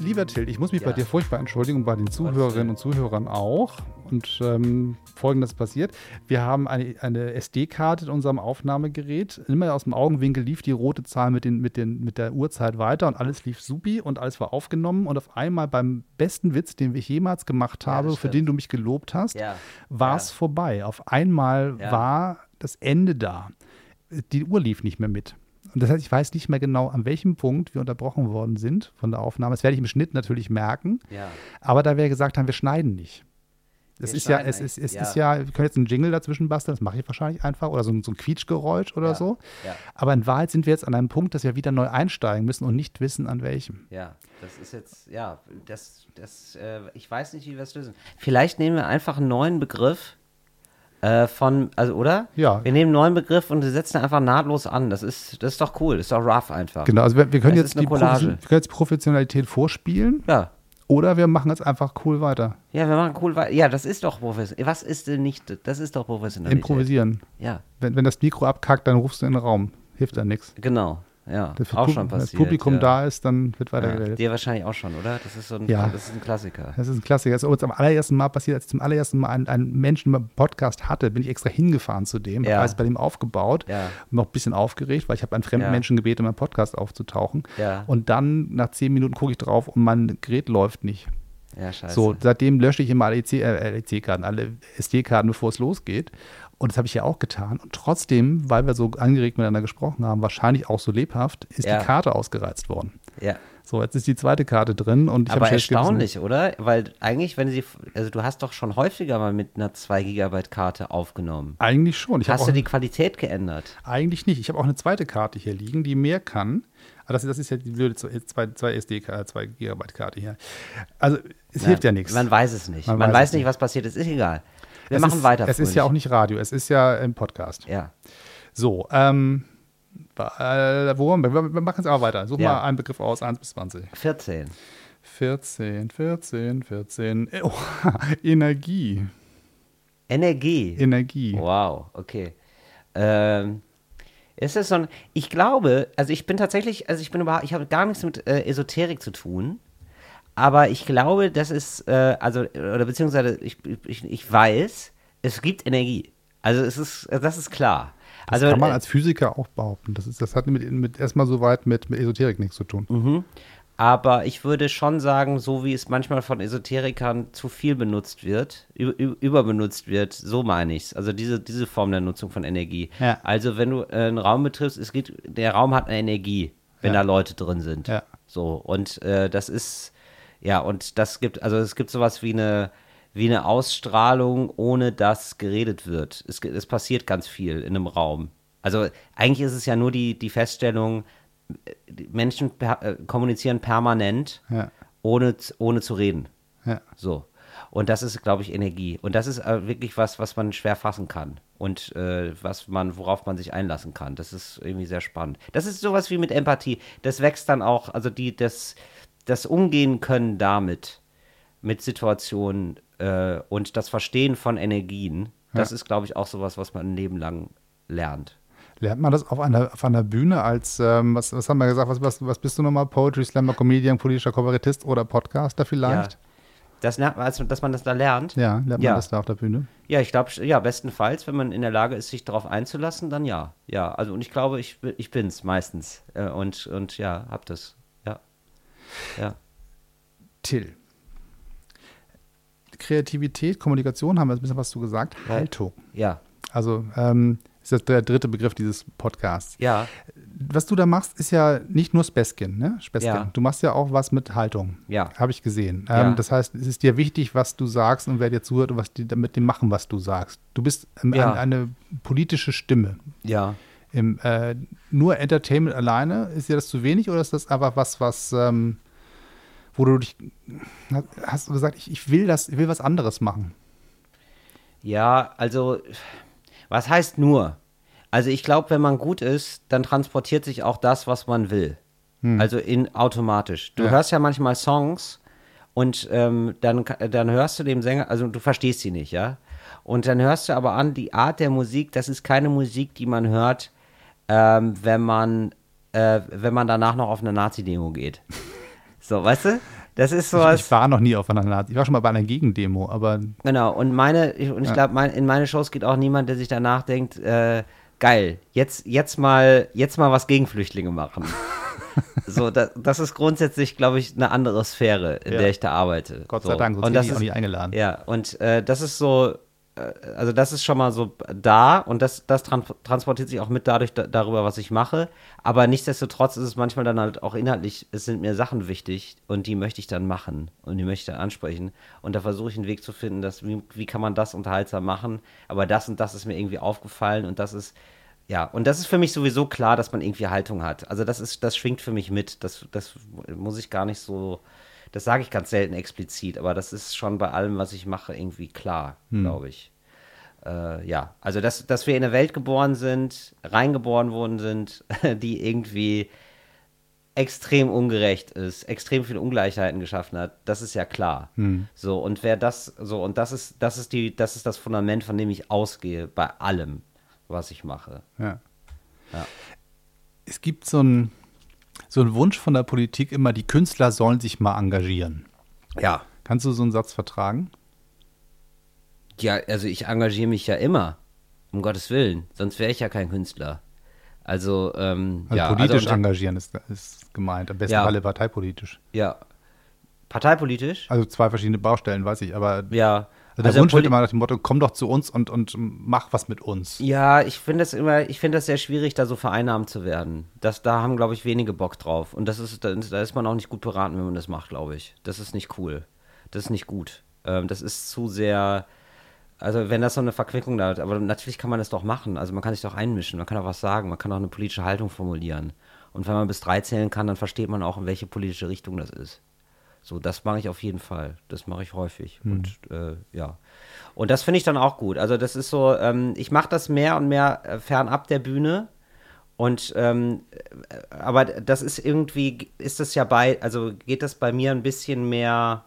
Lieber Till, ich muss mich bei dir furchtbar entschuldigen und bei den Zuhörerinnen und Zuhörern auch. Und ähm, folgendes passiert. Wir haben eine, eine SD-Karte in unserem Aufnahmegerät. Immer aus dem Augenwinkel lief die rote Zahl mit, den, mit, den, mit der Uhrzeit weiter und alles lief supi und alles war aufgenommen. Und auf einmal beim besten Witz, den ich jemals gemacht habe, für
stimmt.
den du mich gelobt hast,
Ja.
war es vorbei. Auf einmal
Ja.
war das Ende da. Die Uhr lief nicht mehr mit. Und das heißt, ich weiß nicht mehr genau, an welchem Punkt wir unterbrochen worden sind von der Aufnahme. Das werde ich im Schnitt natürlich merken.
Ja.
Aber da wir gesagt haben, wir schneiden nicht. Es
Wir
ist ja,
schneiden
es
nicht,
ist, es
ja.
ist ja, wir können jetzt einen Jingle dazwischen basteln, das mache ich wahrscheinlich einfach, oder so, ein- so ein Quietschgeräusch oder
Ja,
so.
ja.
Aber in Wahrheit sind wir jetzt an einem Punkt, dass wir wieder neu einsteigen müssen und nicht wissen, an welchem.
Ja, das ist jetzt, ja, das, das, äh, ich weiß nicht, wie wir es lösen. Vielleicht nehmen wir einfach einen neuen Begriff äh, von, also, oder?
Ja.
Wir nehmen einen neuen Begriff und setzen einfach nahtlos an. Das ist, das ist doch cool, das ist doch rough einfach.
Genau, also wir, wir, können,
Es
jetzt
ist eine
die
Collage.
Profes- wir können jetzt Professionalität vorspielen
Ja.
oder wir machen jetzt einfach cool weiter.
Ja, wir machen cool wei- Ja, das ist doch professionell. Was ist denn nicht, das ist doch professionell.
Improvisieren.
Ja,
Wenn, wenn das Mikro abkackt, dann rufst du in den Raum. Hilft dann nichts.
genau. Ja,
Das
auch
Pub-
schon
wenn
passiert.
das Publikum
ja.
da ist, dann wird
Ja,
weitergeredet.
dir wahrscheinlich auch schon, oder? Das ist so ein,
Ja.
das ist ein Klassiker.
das ist ein Klassiker. Das ist uns am allerersten Mal passiert, als ich zum allerersten Mal einen, einen Menschen beim Podcast hatte, bin ich extra hingefahren zu dem,
Ja.
habe alles bei dem aufgebaut,
Ja.
noch ein bisschen aufgeregt, weil ich habe einen fremden
Ja.
Menschen gebeten, in meinem Podcast aufzutauchen.
Ja.
Und dann nach zehn Minuten gucke ich drauf und mein Gerät läuft nicht.
Ja, scheiße.
So, seitdem lösche ich immer alle EC äh, LEC-Karten, alle SD-Karten, bevor es losgeht. Und das habe ich ja auch getan. Und trotzdem, weil wir so angeregt miteinander gesprochen haben, wahrscheinlich auch so lebhaft, ist
Ja.
die Karte ausgereizt worden.
Ja.
So, jetzt ist die zweite Karte drin und ich habe
Aber
schlechtes Gewissen.
erstaunlich, oder? Weil eigentlich, wenn sie, also du hast doch schon häufiger mal mit einer 2 Gigabyte Karte aufgenommen.
Eigentlich schon. Ich habe
Hast du
auch-
die Qualität geändert?
Eigentlich nicht. Ich habe auch eine zweite Karte hier liegen, die mehr kann. Aber das, das ist ja die blöde 2 SD, 2 GB äh, Karte hier. Also es hilft ja nichts.
Man weiß es nicht.
Man
Man,
weiß
weiß,
es
nicht, was passiert. Es ist egal. Wir
es
machen
ist,
weiter.
Es ist ja auch
fröhlich.
nicht Radio, es ist ja ein Podcast.
Ja.
So, ähm, äh, wo waren wir? Wir wir machen es aber weiter. Such
Ja.
mal einen Begriff aus, 1 bis 20.
14.
14, 14, 14. Äh, Oh, Energie.
Energie.
Energie.
Wow, okay. Ähm, ist das so ein, ich glaube, also ich bin tatsächlich, also ich bin überhaupt, ich habe gar nichts mit äh, Esoterik zu tun, aber ich glaube, das ist, äh, also, oder beziehungsweise ich, ich, ich weiß, es gibt Energie. Also es ist, also das ist klar.
Das
Also,
kann man
äh,
als Physiker auch behaupten. Das, ist, das hat mit, mit erstmal so weit mit, mit Esoterik nichts zu tun.
Mhm. Aber ich würde schon sagen, so wie es manchmal von Esoterikern zu viel benutzt wird, ü- ü- überbenutzt wird, so meine ich es. Also diese, diese Form der Nutzung von Energie.
Ja.
Also wenn du äh, einen Raum betriffst, es geht, der Raum hat eine Energie, wenn
Ja.
da Leute drin sind.
Ja.
So, und äh, das ist, ja, und das gibt, also es gibt sowas wie eine, wie eine Ausstrahlung, ohne dass geredet wird. Es, ge- es passiert ganz viel in einem Raum. Also eigentlich ist es ja nur die, die Feststellung, äh, die Menschen per, äh, kommunizieren permanent,
Ja.
ohne, z- ohne zu reden.
Ja.
So. Und das ist, glaube ich, Energie. Und das ist äh, wirklich was, was man schwer fassen kann. Und äh, was man, worauf man sich einlassen kann. Das ist irgendwie sehr spannend. Das ist sowas wie mit Empathie. Das wächst dann auch, also die, das, das Umgehen können damit, mit Situationen äh, und das Verstehen von Energien, das ist, glaube ich, auch sowas, was man ein Leben lang lernt.
Lernt man das auf einer, auf einer Bühne als, ähm, was, was haben wir gesagt, was, was, was bist du nochmal? Poetry, Slammer, Comedian, politischer Kabarettist oder Podcaster vielleicht?
Ja. Das lernt man, also, dass man das da lernt.
Ja, lernt man
Ja.
das da auf der Bühne?
Ja, ich glaube, ja, bestenfalls, wenn man in der Lage ist, sich darauf einzulassen, dann ja. Ja, also und ich glaube, ich, bi- ich bin's meistens. Äh, und, und ja, hab das. Ja. Ja.
Till. Kreativität, Kommunikation, haben wir jetzt ein bisschen was zu gesagt. Haltung.
Ja.
Also ähm, ist das der dritte Begriff dieses Podcasts.
Ja.
Was du da machst, ist ja nicht nur Speskin, ne? Speskin.
Ja.
Du machst ja auch was mit Haltung.
Ja.
Habe ich gesehen. Ähm,
Ja.
Das heißt, es ist dir wichtig, was du sagst und wer dir zuhört und was die mit dem machen, was du sagst. Du bist ähm,
Ja.
ein, eine politische Stimme.
Ja.
Im, äh, nur Entertainment alleine, ist dir das zu wenig oder ist das einfach was, was, ähm, wo du dich, hast du gesagt, ich, ich will das, ich will was anderes machen.
Ja, also, was heißt nur? Also, ich glaube, wenn man gut ist, dann transportiert sich auch das, was man will. Also in automatisch. Du
Hm. Ja.
hörst ja manchmal Songs und ähm, dann, ka- dann hörst du dem Sänger, also du verstehst sie nicht, ja. Und dann hörst du aber an, die Art der Musik, das ist keine Musik, die man hört, ähm, wenn man äh, wenn man danach noch auf eine Nazi-Demo geht. So, weißt du? Das ist sowas.
Ich war noch nie auf einer Nazi. Ich war schon mal bei einer Gegendemo, aber
Genau, und meine, ich, und ich glaube, mein, in meine Shows geht auch niemand, der sich danach denkt, äh, geil, jetzt, jetzt mal, jetzt mal was gegen Flüchtlinge machen. so, das, das ist grundsätzlich, glaube ich, eine andere Sphäre, in
Ja.
der ich da arbeite.
Gott
so.
sei Dank, sonst
und
hätte
das
ich auch
ist,
nicht eingeladen.
Ja, und äh, das ist so, äh, also das ist schon mal so da und das, das tran transportiert sich auch mit dadurch da, darüber, was ich mache. Aber nichtsdestotrotz ist es manchmal dann halt auch inhaltlich, es sind mir Sachen wichtig und die möchte ich dann machen und die möchte ich dann ansprechen. Und da versuche ich einen Weg zu finden, dass, wie, wie kann man das unterhaltsam machen. Aber das und das ist mir irgendwie aufgefallen und das ist. Ja, und das ist für mich sowieso klar, dass man irgendwie Haltung hat. Also das ist, das schwingt für mich mit. Das, das muss ich gar nicht so, das sage ich ganz selten explizit, aber das ist schon bei allem, was ich mache, irgendwie klar, glaube ich. Äh, ja, also dass, dass wir in eine Welt geboren sind, reingeboren worden sind, die irgendwie extrem ungerecht ist, extrem viele Ungleichheiten geschaffen hat, das ist ja klar. So, und wer das, so, und das ist, das ist die, das ist das Fundament, von dem ich ausgehe bei allem, was ich mache.
Ja. Es gibt so einen so einen Wunsch von der Politik immer, die Künstler sollen sich mal engagieren.
Ja.
Kannst du so einen Satz vertragen?
Ja, also ich engagiere mich ja immer, um Gottes Willen, sonst wäre ich ja kein Künstler. Also, ähm,
Also
ja,
politisch
also,
engagieren ist, ist gemeint, am besten
Ja.
alle parteipolitisch.
ja. Parteipolitisch?
Also zwei verschiedene Baustellen, weiß ich, aber
Ja.
also der
Also
Wunsch wird
poli-
immer nach dem Motto, komm doch zu uns und, und mach was mit uns.
Ja, ich finde das immer, ich finde das sehr schwierig, da so vereinnahmt zu werden. Das, da haben, glaube ich, wenige Bock drauf. Und das ist, da da ist man auch nicht gut beraten, wenn man das macht, glaube ich. Das ist nicht cool. Das ist nicht gut. Ähm, das ist zu sehr, also wenn das so eine Verquickung da hat, aber natürlich kann man das doch machen. Also man kann sich doch einmischen, man kann auch was sagen, man kann auch eine politische Haltung formulieren. Und wenn man bis drei zählen kann, dann versteht man auch, in welche politische Richtung das ist. So, das mache ich auf jeden Fall. Das mache ich häufig. Und äh, ja. Und das finde ich dann auch gut. Also, das ist so, ähm, ich mache das mehr und mehr äh, fernab der Bühne. Und ähm, äh, aber das ist irgendwie, ist das ja bei, also geht das bei mir ein bisschen mehr,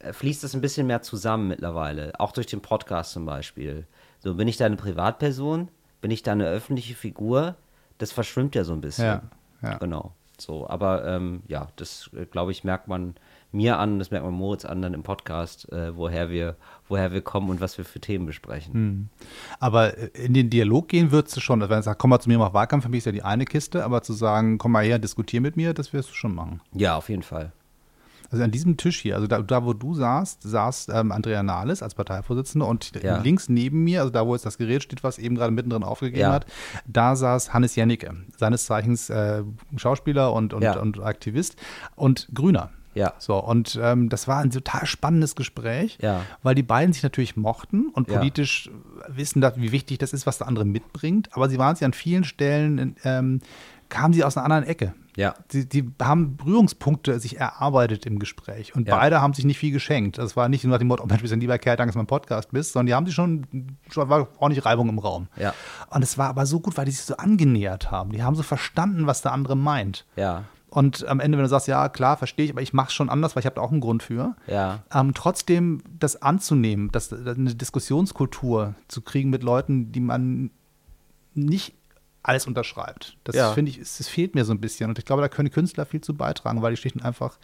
äh, fließt das ein bisschen mehr zusammen mittlerweile. Auch durch den Podcast zum Beispiel. So, bin ich da eine Privatperson? Bin ich da eine öffentliche Figur? Das verschwimmt ja so ein bisschen.
Ja, ja.
Genau. So, aber ähm, ja, das äh, glaube ich, merkt man, mir an, das merkt man Moritz an dann im Podcast, äh, woher, wir, woher wir kommen und was wir für Themen besprechen.
Aber in den Dialog gehen würdest du schon. Also Wenn er sagt, komm mal zu mir, mach Wahlkampf, für mich ist ja die eine Kiste. Aber zu sagen, komm mal her, diskutier mit mir, das wirst du schon machen.
Ja, auf jeden Fall.
Also an diesem Tisch hier, also da, da wo du saßt, saß ähm, Andrea Nahles als Parteivorsitzende und
Ja.
links neben mir, also da, wo jetzt das Gerät steht, was eben gerade mittendrin aufgegeben
Ja.
hat, da saß Hannes Jennecke, seines Zeichens äh, Schauspieler und, und,
Ja.
und Aktivist und Grüner.
Ja.
So, und ähm, das war ein total spannendes Gespräch,
Ja.
weil die beiden sich natürlich mochten und
Ja.
politisch wissen, dass, wie wichtig das ist, was der andere mitbringt. Aber sie waren sich an vielen Stellen, ähm, kamen sie aus einer anderen Ecke.
Ja.
Die, die haben Berührungspunkte sich erarbeitet im Gespräch und
Ja.
beide haben sich nicht viel geschenkt. Das war nicht nur nach dem Motto, oh Mensch, bist du ein lieber Kerl, danke, dass du mein Podcast bist, sondern die haben sich schon, schon war ordentlich Reibung im Raum.
Ja.
Und es war aber so gut, weil die sich so angenähert haben. Die haben so verstanden, was der andere meint.
Ja.
Und am Ende, wenn du sagst, ja, klar, verstehe ich, aber ich mache es schon anders, weil ich habe da auch einen Grund für.
Ja.
Ähm, trotzdem das anzunehmen, das, äh, eine Diskussionskultur zu kriegen mit Leuten, die man nicht alles unterschreibt. Das
Ja.
finde ich, es es fehlt mir so ein bisschen. Und ich glaube, da können Künstler viel zu beitragen, weil die schlicht und einfach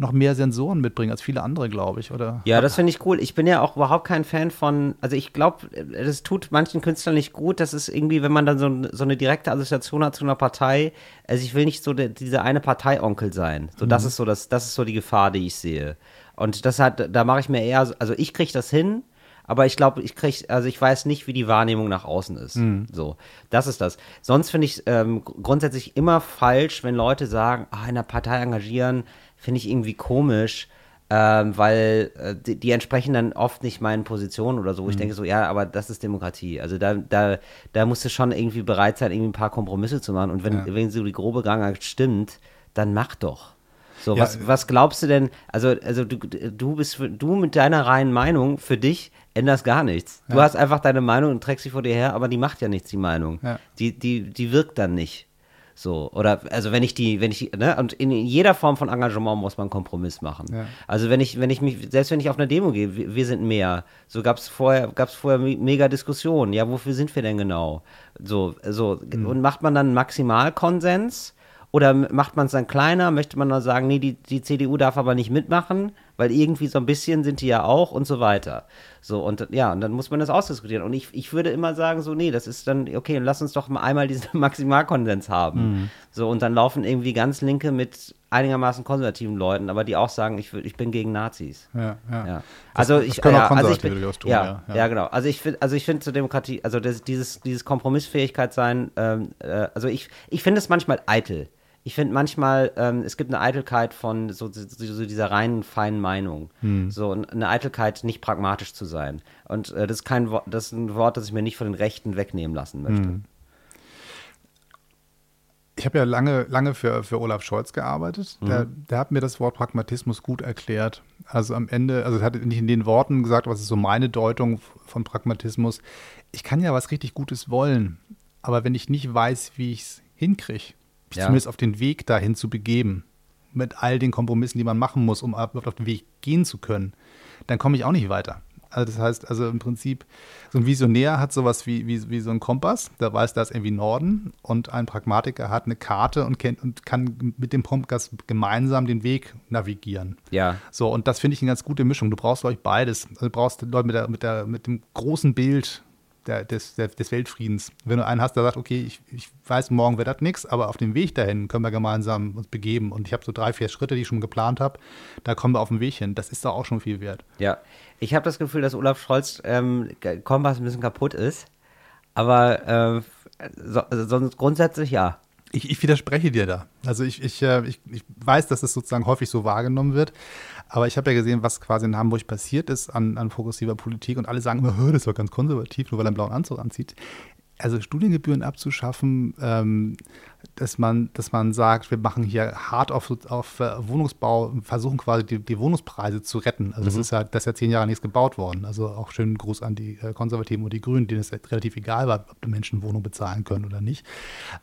noch mehr Sensoren mitbringen als viele andere, glaube ich. Oder
Ja, das finde ich cool. Ich bin ja auch überhaupt kein Fan von, also ich glaube, das tut manchen Künstlern nicht gut. Das ist irgendwie, wenn man dann so, ein- so eine direkte Assoziation hat zu einer Partei. Also ich will nicht so der, dieser eine Parteionkel sein. So, das ist so das, das ist so die Gefahr, die ich sehe. Und das hat, da mache ich mir eher, so- also ich kriege das hin, aber ich glaube, ich krieg, also ich weiß nicht, wie die Wahrnehmung nach außen ist. So, das ist das. Sonst finde ich ähm, gr- grundsätzlich immer falsch, wenn Leute sagen, ah, in einer Partei engagieren, finde ich irgendwie komisch, ähm, weil äh, die, die entsprechen dann oft nicht meinen Positionen oder so.
Mhm.
Wo Ich denke so, ja, aber das ist Demokratie. Also da, da, da musst du schon irgendwie bereit sein, irgendwie ein paar Kompromisse zu machen. Und wenn, wenn so die grobe Gangart stimmt, dann mach doch. So,
Ja,
was, was glaubst du denn? Also, also du, du bist für- du mit deiner reinen Meinung für dich änderst gar nichts. Du hast einfach deine Meinung und trägst sie vor dir her, aber die macht ja nichts, die Meinung.
Ja.
Die, die, die wirkt dann nicht. So, oder also wenn ich die, wenn ich, die- ne, und in jeder Form von Engagement muss man einen Kompromiss machen.
Ja.
Also wenn ich, wenn ich mich, selbst wenn ich auf eine Demo gehe, wir, wir sind mehr. So gab es vorher, gab's vorher me- mega Diskussionen. Ja, wofür sind wir denn genau? So, so. Und macht man dann Maximalkonsens? Oder m- macht man es dann kleiner? Möchte man dann sagen, nee, die, die CDU darf aber nicht mitmachen, weil irgendwie so ein bisschen sind die ja auch und so weiter. So, und ja, und dann muss man das ausdiskutieren. Und ich, ich würde immer sagen, so, nee, das ist dann, okay, dann lass uns doch mal einmal diesen Maximalkonsens haben. So, und dann laufen irgendwie ganz Linke mit einigermaßen konservativen Leuten, aber die auch sagen, ich, wür- ich bin gegen Nazis.
Ja, ja.
ja.
Das-
Also
das
ich,
können auch
ja, also ich
Konservative
bin,
durchaus tun,
ja,
ja,
ja,
ja.
genau. Also ich finde, also ich finde zur Demokratie, also das, dieses, dieses Kompromissfähigkeit sein, ähm, äh, also ich, ich finde es manchmal eitel. Ich finde manchmal, ähm, es gibt eine Eitelkeit von so, so, so dieser reinen, feinen Meinung.
Hm.
So und eine Eitelkeit, nicht pragmatisch zu sein. Und äh, das ist kein Wort, das ist ein Wort, das ich mir nicht von den Rechten wegnehmen lassen möchte.
Hm. Ich habe ja lange, lange für, für Olaf Scholz gearbeitet. Der, der hat mir das Wort Pragmatismus gut erklärt. Also am Ende, also er hat nicht in den Worten gesagt, was ist so meine Deutung von Pragmatismus. Ich kann ja was richtig Gutes wollen, aber wenn ich nicht weiß, wie ich es hinkriege, mich
Ja.
zumindest auf den Weg dahin zu begeben, mit all den Kompromissen, die man machen muss, um überhaupt auf den Weg gehen zu können, dann komme ich auch nicht weiter. Also das heißt, also im Prinzip, so ein Visionär hat sowas wie, wie, wie so ein Kompass, der weiß, da ist irgendwie Norden und ein Pragmatiker hat eine Karte und kennt und kann mit dem Kompass gemeinsam den Weg navigieren.
Ja.
So, und das finde ich eine ganz gute Mischung. Du brauchst, glaube ich, beides. Also Du brauchst Leute mit, der, mit, der, mit dem großen Bild der, des, der, des Weltfriedens. Wenn du einen hast, der sagt, okay, ich, ich weiß, morgen wird das nichts, aber auf dem Weg dahin können wir gemeinsam uns begeben. Und ich habe so drei, vier Schritte, die ich schon geplant habe. Da kommen wir auf dem Weg hin. Das ist doch auch schon viel wert.
Ja, ich habe das Gefühl, dass Olaf Scholz ähm, G- Kompass ein bisschen kaputt ist. Aber äh, so, also sonst grundsätzlich ja.
Ich, ich widerspreche dir da. Also ich, ich, äh, ich, ich weiß, dass es sozusagen häufig so wahrgenommen wird, aber ich habe ja gesehen, was quasi in Hamburg passiert ist an, an progressiver Politik und alle sagen immer, "Hö, das war ganz konservativ, nur weil er einen blauen Anzug anzieht. Also Studiengebühren abzuschaffen, ähm, dass, man, dass man sagt, wir machen hier hart auf, auf äh, Wohnungsbau, versuchen quasi die, die Wohnungspreise zu retten. Also das ist ja, das ist ja zehn Jahre nichts gebaut worden. Also auch schönen Gruß an die äh, Konservativen und die Grünen, denen es relativ egal war, ob die Menschen Wohnung bezahlen können oder nicht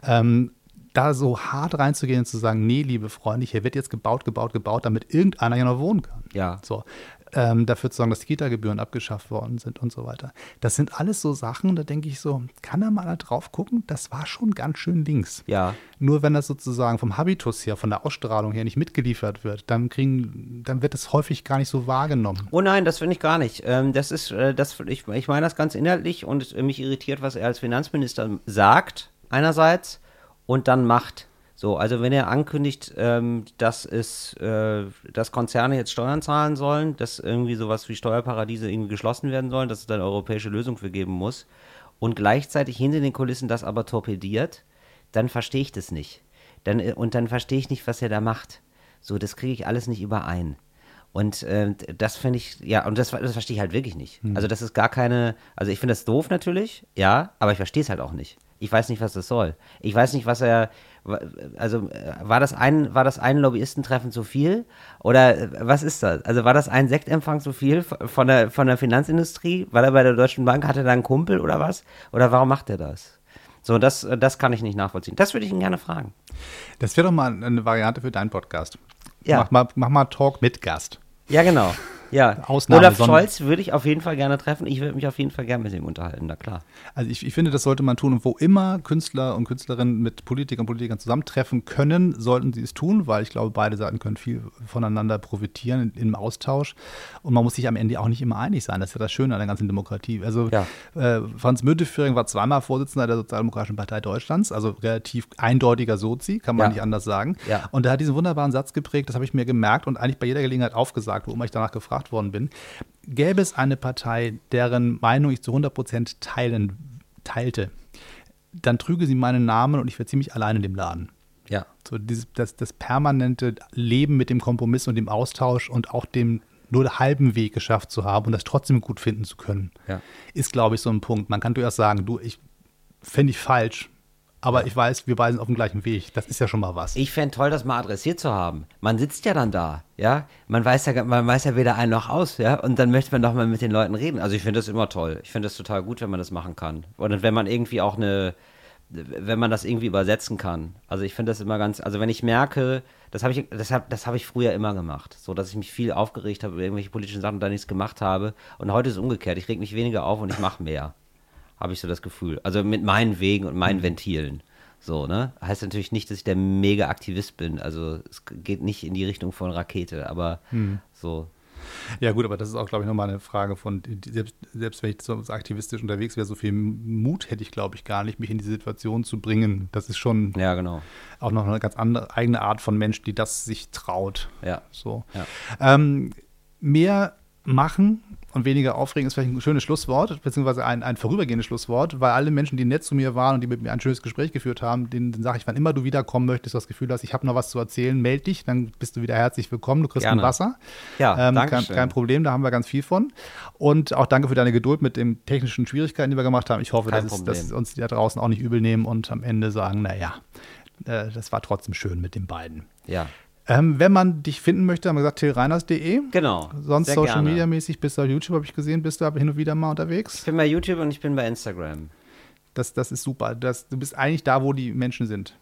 ähm, da so hart reinzugehen und zu sagen, nee, liebe Freunde, hier wird jetzt gebaut, gebaut, gebaut, damit irgendeiner ja noch wohnen kann.
Ja.
So. ähm, dafür zu sorgen, dass die Kita-Gebühren abgeschafft worden sind und so weiter. Das sind alles so Sachen, da denke ich so, kann da mal da drauf gucken? Das war schon ganz schön links.
Ja.
Nur wenn das sozusagen vom Habitus her, von der Ausstrahlung her nicht mitgeliefert wird, dann kriegen, dann wird es häufig gar nicht so wahrgenommen.
Oh nein, das finde ich gar nicht. Ähm, das ist, äh, das, ich, ich meine das ganz inhaltlich und äh, mich irritiert, was er als Finanzminister sagt, einerseits, und dann macht. So, also wenn er ankündigt, ähm, dass es, äh, dass Konzerne jetzt Steuern zahlen sollen, dass irgendwie sowas wie Steuerparadiese irgendwie geschlossen werden sollen, dass es da eine europäische Lösung für geben muss, und gleichzeitig hinter den Kulissen das aber torpediert, dann verstehe ich das nicht. Dann, äh, und dann verstehe ich nicht, was er da macht. So, das kriege ich alles nicht überein. Und äh, das finde ich, ja, und das, das verstehe ich halt wirklich nicht. Also, das ist gar keine, also ich finde das doof natürlich, ja, aber ich verstehe es halt auch nicht. Ich weiß nicht, was das soll. Ich weiß nicht, was er, wa- also äh, war das ein, war das ein Lobbyistentreffen zu viel? Oder äh, was ist das? Also war das ein Sektempfang zu viel v- von der, von der Finanzindustrie? Weil er bei der Deutschen Bank hatte da einen Kumpel oder was? Oder warum macht er das? So, das, äh, das kann ich nicht nachvollziehen. Das würde ich ihn gerne fragen.
Das wäre doch mal eine Variante für deinen Podcast.
Ja.
Mach mal, mach mal Talk mit Gast.
Ja, genau. Ja.
Ausnahme,
Olaf
Sonnen-
Scholz würde ich auf jeden Fall gerne treffen. Ich würde mich auf jeden Fall gerne mit ihm unterhalten, na klar.
Also ich, ich finde, das sollte man tun. Und wo immer Künstler und Künstlerinnen mit Politikern und Politikern zusammentreffen können, sollten sie es tun, weil ich glaube, beide Seiten können viel voneinander profitieren in, im Austausch. Und man muss sich am Ende auch nicht immer einig sein. Das ist ja das Schöne an der ganzen Demokratie. Also
Ja.
äh, Franz Müntefering war zweimal Vorsitzender der Sozialdemokratischen Partei Deutschlands, also relativ eindeutiger Sozi, kann man
Ja.
nicht anders sagen.
Ja.
Und er hat diesen wunderbaren Satz geprägt, das habe ich mir gemerkt und eigentlich bei jeder Gelegenheit aufgesagt, wo immer ich danach gefragt worden bin. Gäbe es eine Partei, deren Meinung ich zu 100% teilen, teilte, dann trüge sie meinen Namen und ich wäre ziemlich allein in dem Laden.
Ja.
So dieses, das, das permanente Leben mit dem Kompromiss und dem Austausch und auch dem nur halben Weg geschafft zu haben und das trotzdem gut finden zu können,
Ja.
ist, glaube ich, so ein Punkt. Man kann durchaus sagen, du, ich finde ich falsch, aber ich weiß, wir beide sind auf dem gleichen Weg. Das ist ja schon mal was.
Ich fände toll, das mal adressiert zu haben. Man sitzt ja dann da, ja. Man weiß ja, gar- man weiß ja weder ein noch aus, ja. Und dann möchte man doch mal mit den Leuten reden. Also ich finde das immer toll. Ich finde das total gut, wenn man das machen kann. Und wenn man irgendwie auch eine, wenn man das irgendwie übersetzen kann. Also ich finde das immer ganz, also wenn ich merke, das habe ich, das hab, das hab ich früher immer gemacht. So, dass ich mich viel aufgeregt habe über irgendwelche politischen Sachen und da nichts gemacht habe. Und heute ist es umgekehrt. Ich reg mich weniger auf und ich mache mehr habe ich so das Gefühl. Also mit meinen Wegen und
Mhm.
meinen Ventilen. So, ne? Heißt natürlich nicht, dass ich der mega Aktivist bin. Also es geht nicht in die Richtung von Rakete, aber
Mhm.
so.
Ja, gut, aber das ist auch, glaube ich, nochmal eine Frage von, die- selbst, selbst wenn ich so aktivistisch unterwegs wäre, so viel Mut hätte ich, glaube ich, gar nicht, mich in diese Situation zu bringen. Das ist schon
Ja, genau.
auch noch eine ganz andere, eigene Art von Mensch, die das sich traut.
Ja.
So.
Ja.
Ähm, mehr machen und weniger aufregen ist vielleicht ein schönes Schlusswort, beziehungsweise ein, ein vorübergehendes Schlusswort, weil alle Menschen, die nett zu mir waren und die mit mir ein schönes Gespräch geführt haben, denen, denen sage ich, wann immer du wiederkommen möchtest, das Gefühl hast, ich habe noch was zu erzählen, meld dich, dann bist du wieder herzlich willkommen, du kriegst
Gerne.
ein Wasser.
Ja,
ähm, kein,
Dankeschön.
kein Problem, da haben wir ganz viel von. Und auch danke für deine Geduld mit den technischen Schwierigkeiten, die wir gemacht haben. Ich hoffe,
Kein
dass, es,
Problem.
dass es uns die da draußen auch nicht übel nehmen und am Ende sagen, naja, äh, das war trotzdem schön mit den beiden.
Ja.
Ähm, wenn man dich finden möchte, haben wir gesagt, tillreiners.de.
Genau.
Sonst
Sehr
Social
gerne.
Media mäßig, bist du auf YouTube, habe ich gesehen, bist du aber hin und wieder mal
Ich
unterwegs.
bin bei YouTube und ich bin bei Instagram.
Das, das ist super. Das, du bist eigentlich da, wo die Menschen sind.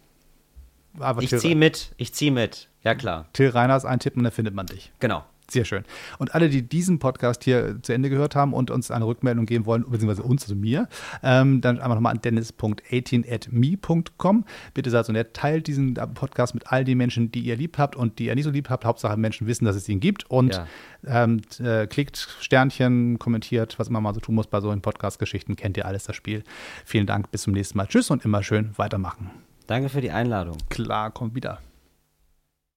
Aber
Ich
Till-
ziehe mit. Ich ziehe mit. Ja, klar.
Till Reiners eintippen und dann findet man dich.
Genau.
Sehr schön. Und alle, die diesen Podcast hier zu Ende gehört haben und uns eine Rückmeldung geben wollen, beziehungsweise uns, also mir, ähm, dann einfach nochmal an dennis.18.me.com. Bitte seid so nett, teilt diesen Podcast mit all den Menschen, die ihr lieb habt und die ihr nicht so lieb habt. Hauptsache Menschen wissen, dass es ihn gibt und
Ja.
ähm, t- äh, klickt Sternchen, kommentiert, was man mal so tun muss bei solchen Podcast-Geschichten. Kennt ihr alles das Spiel. Vielen Dank, bis zum nächsten Mal. Tschüss und immer schön weitermachen.
Danke für die Einladung.
Klar, kommt wieder.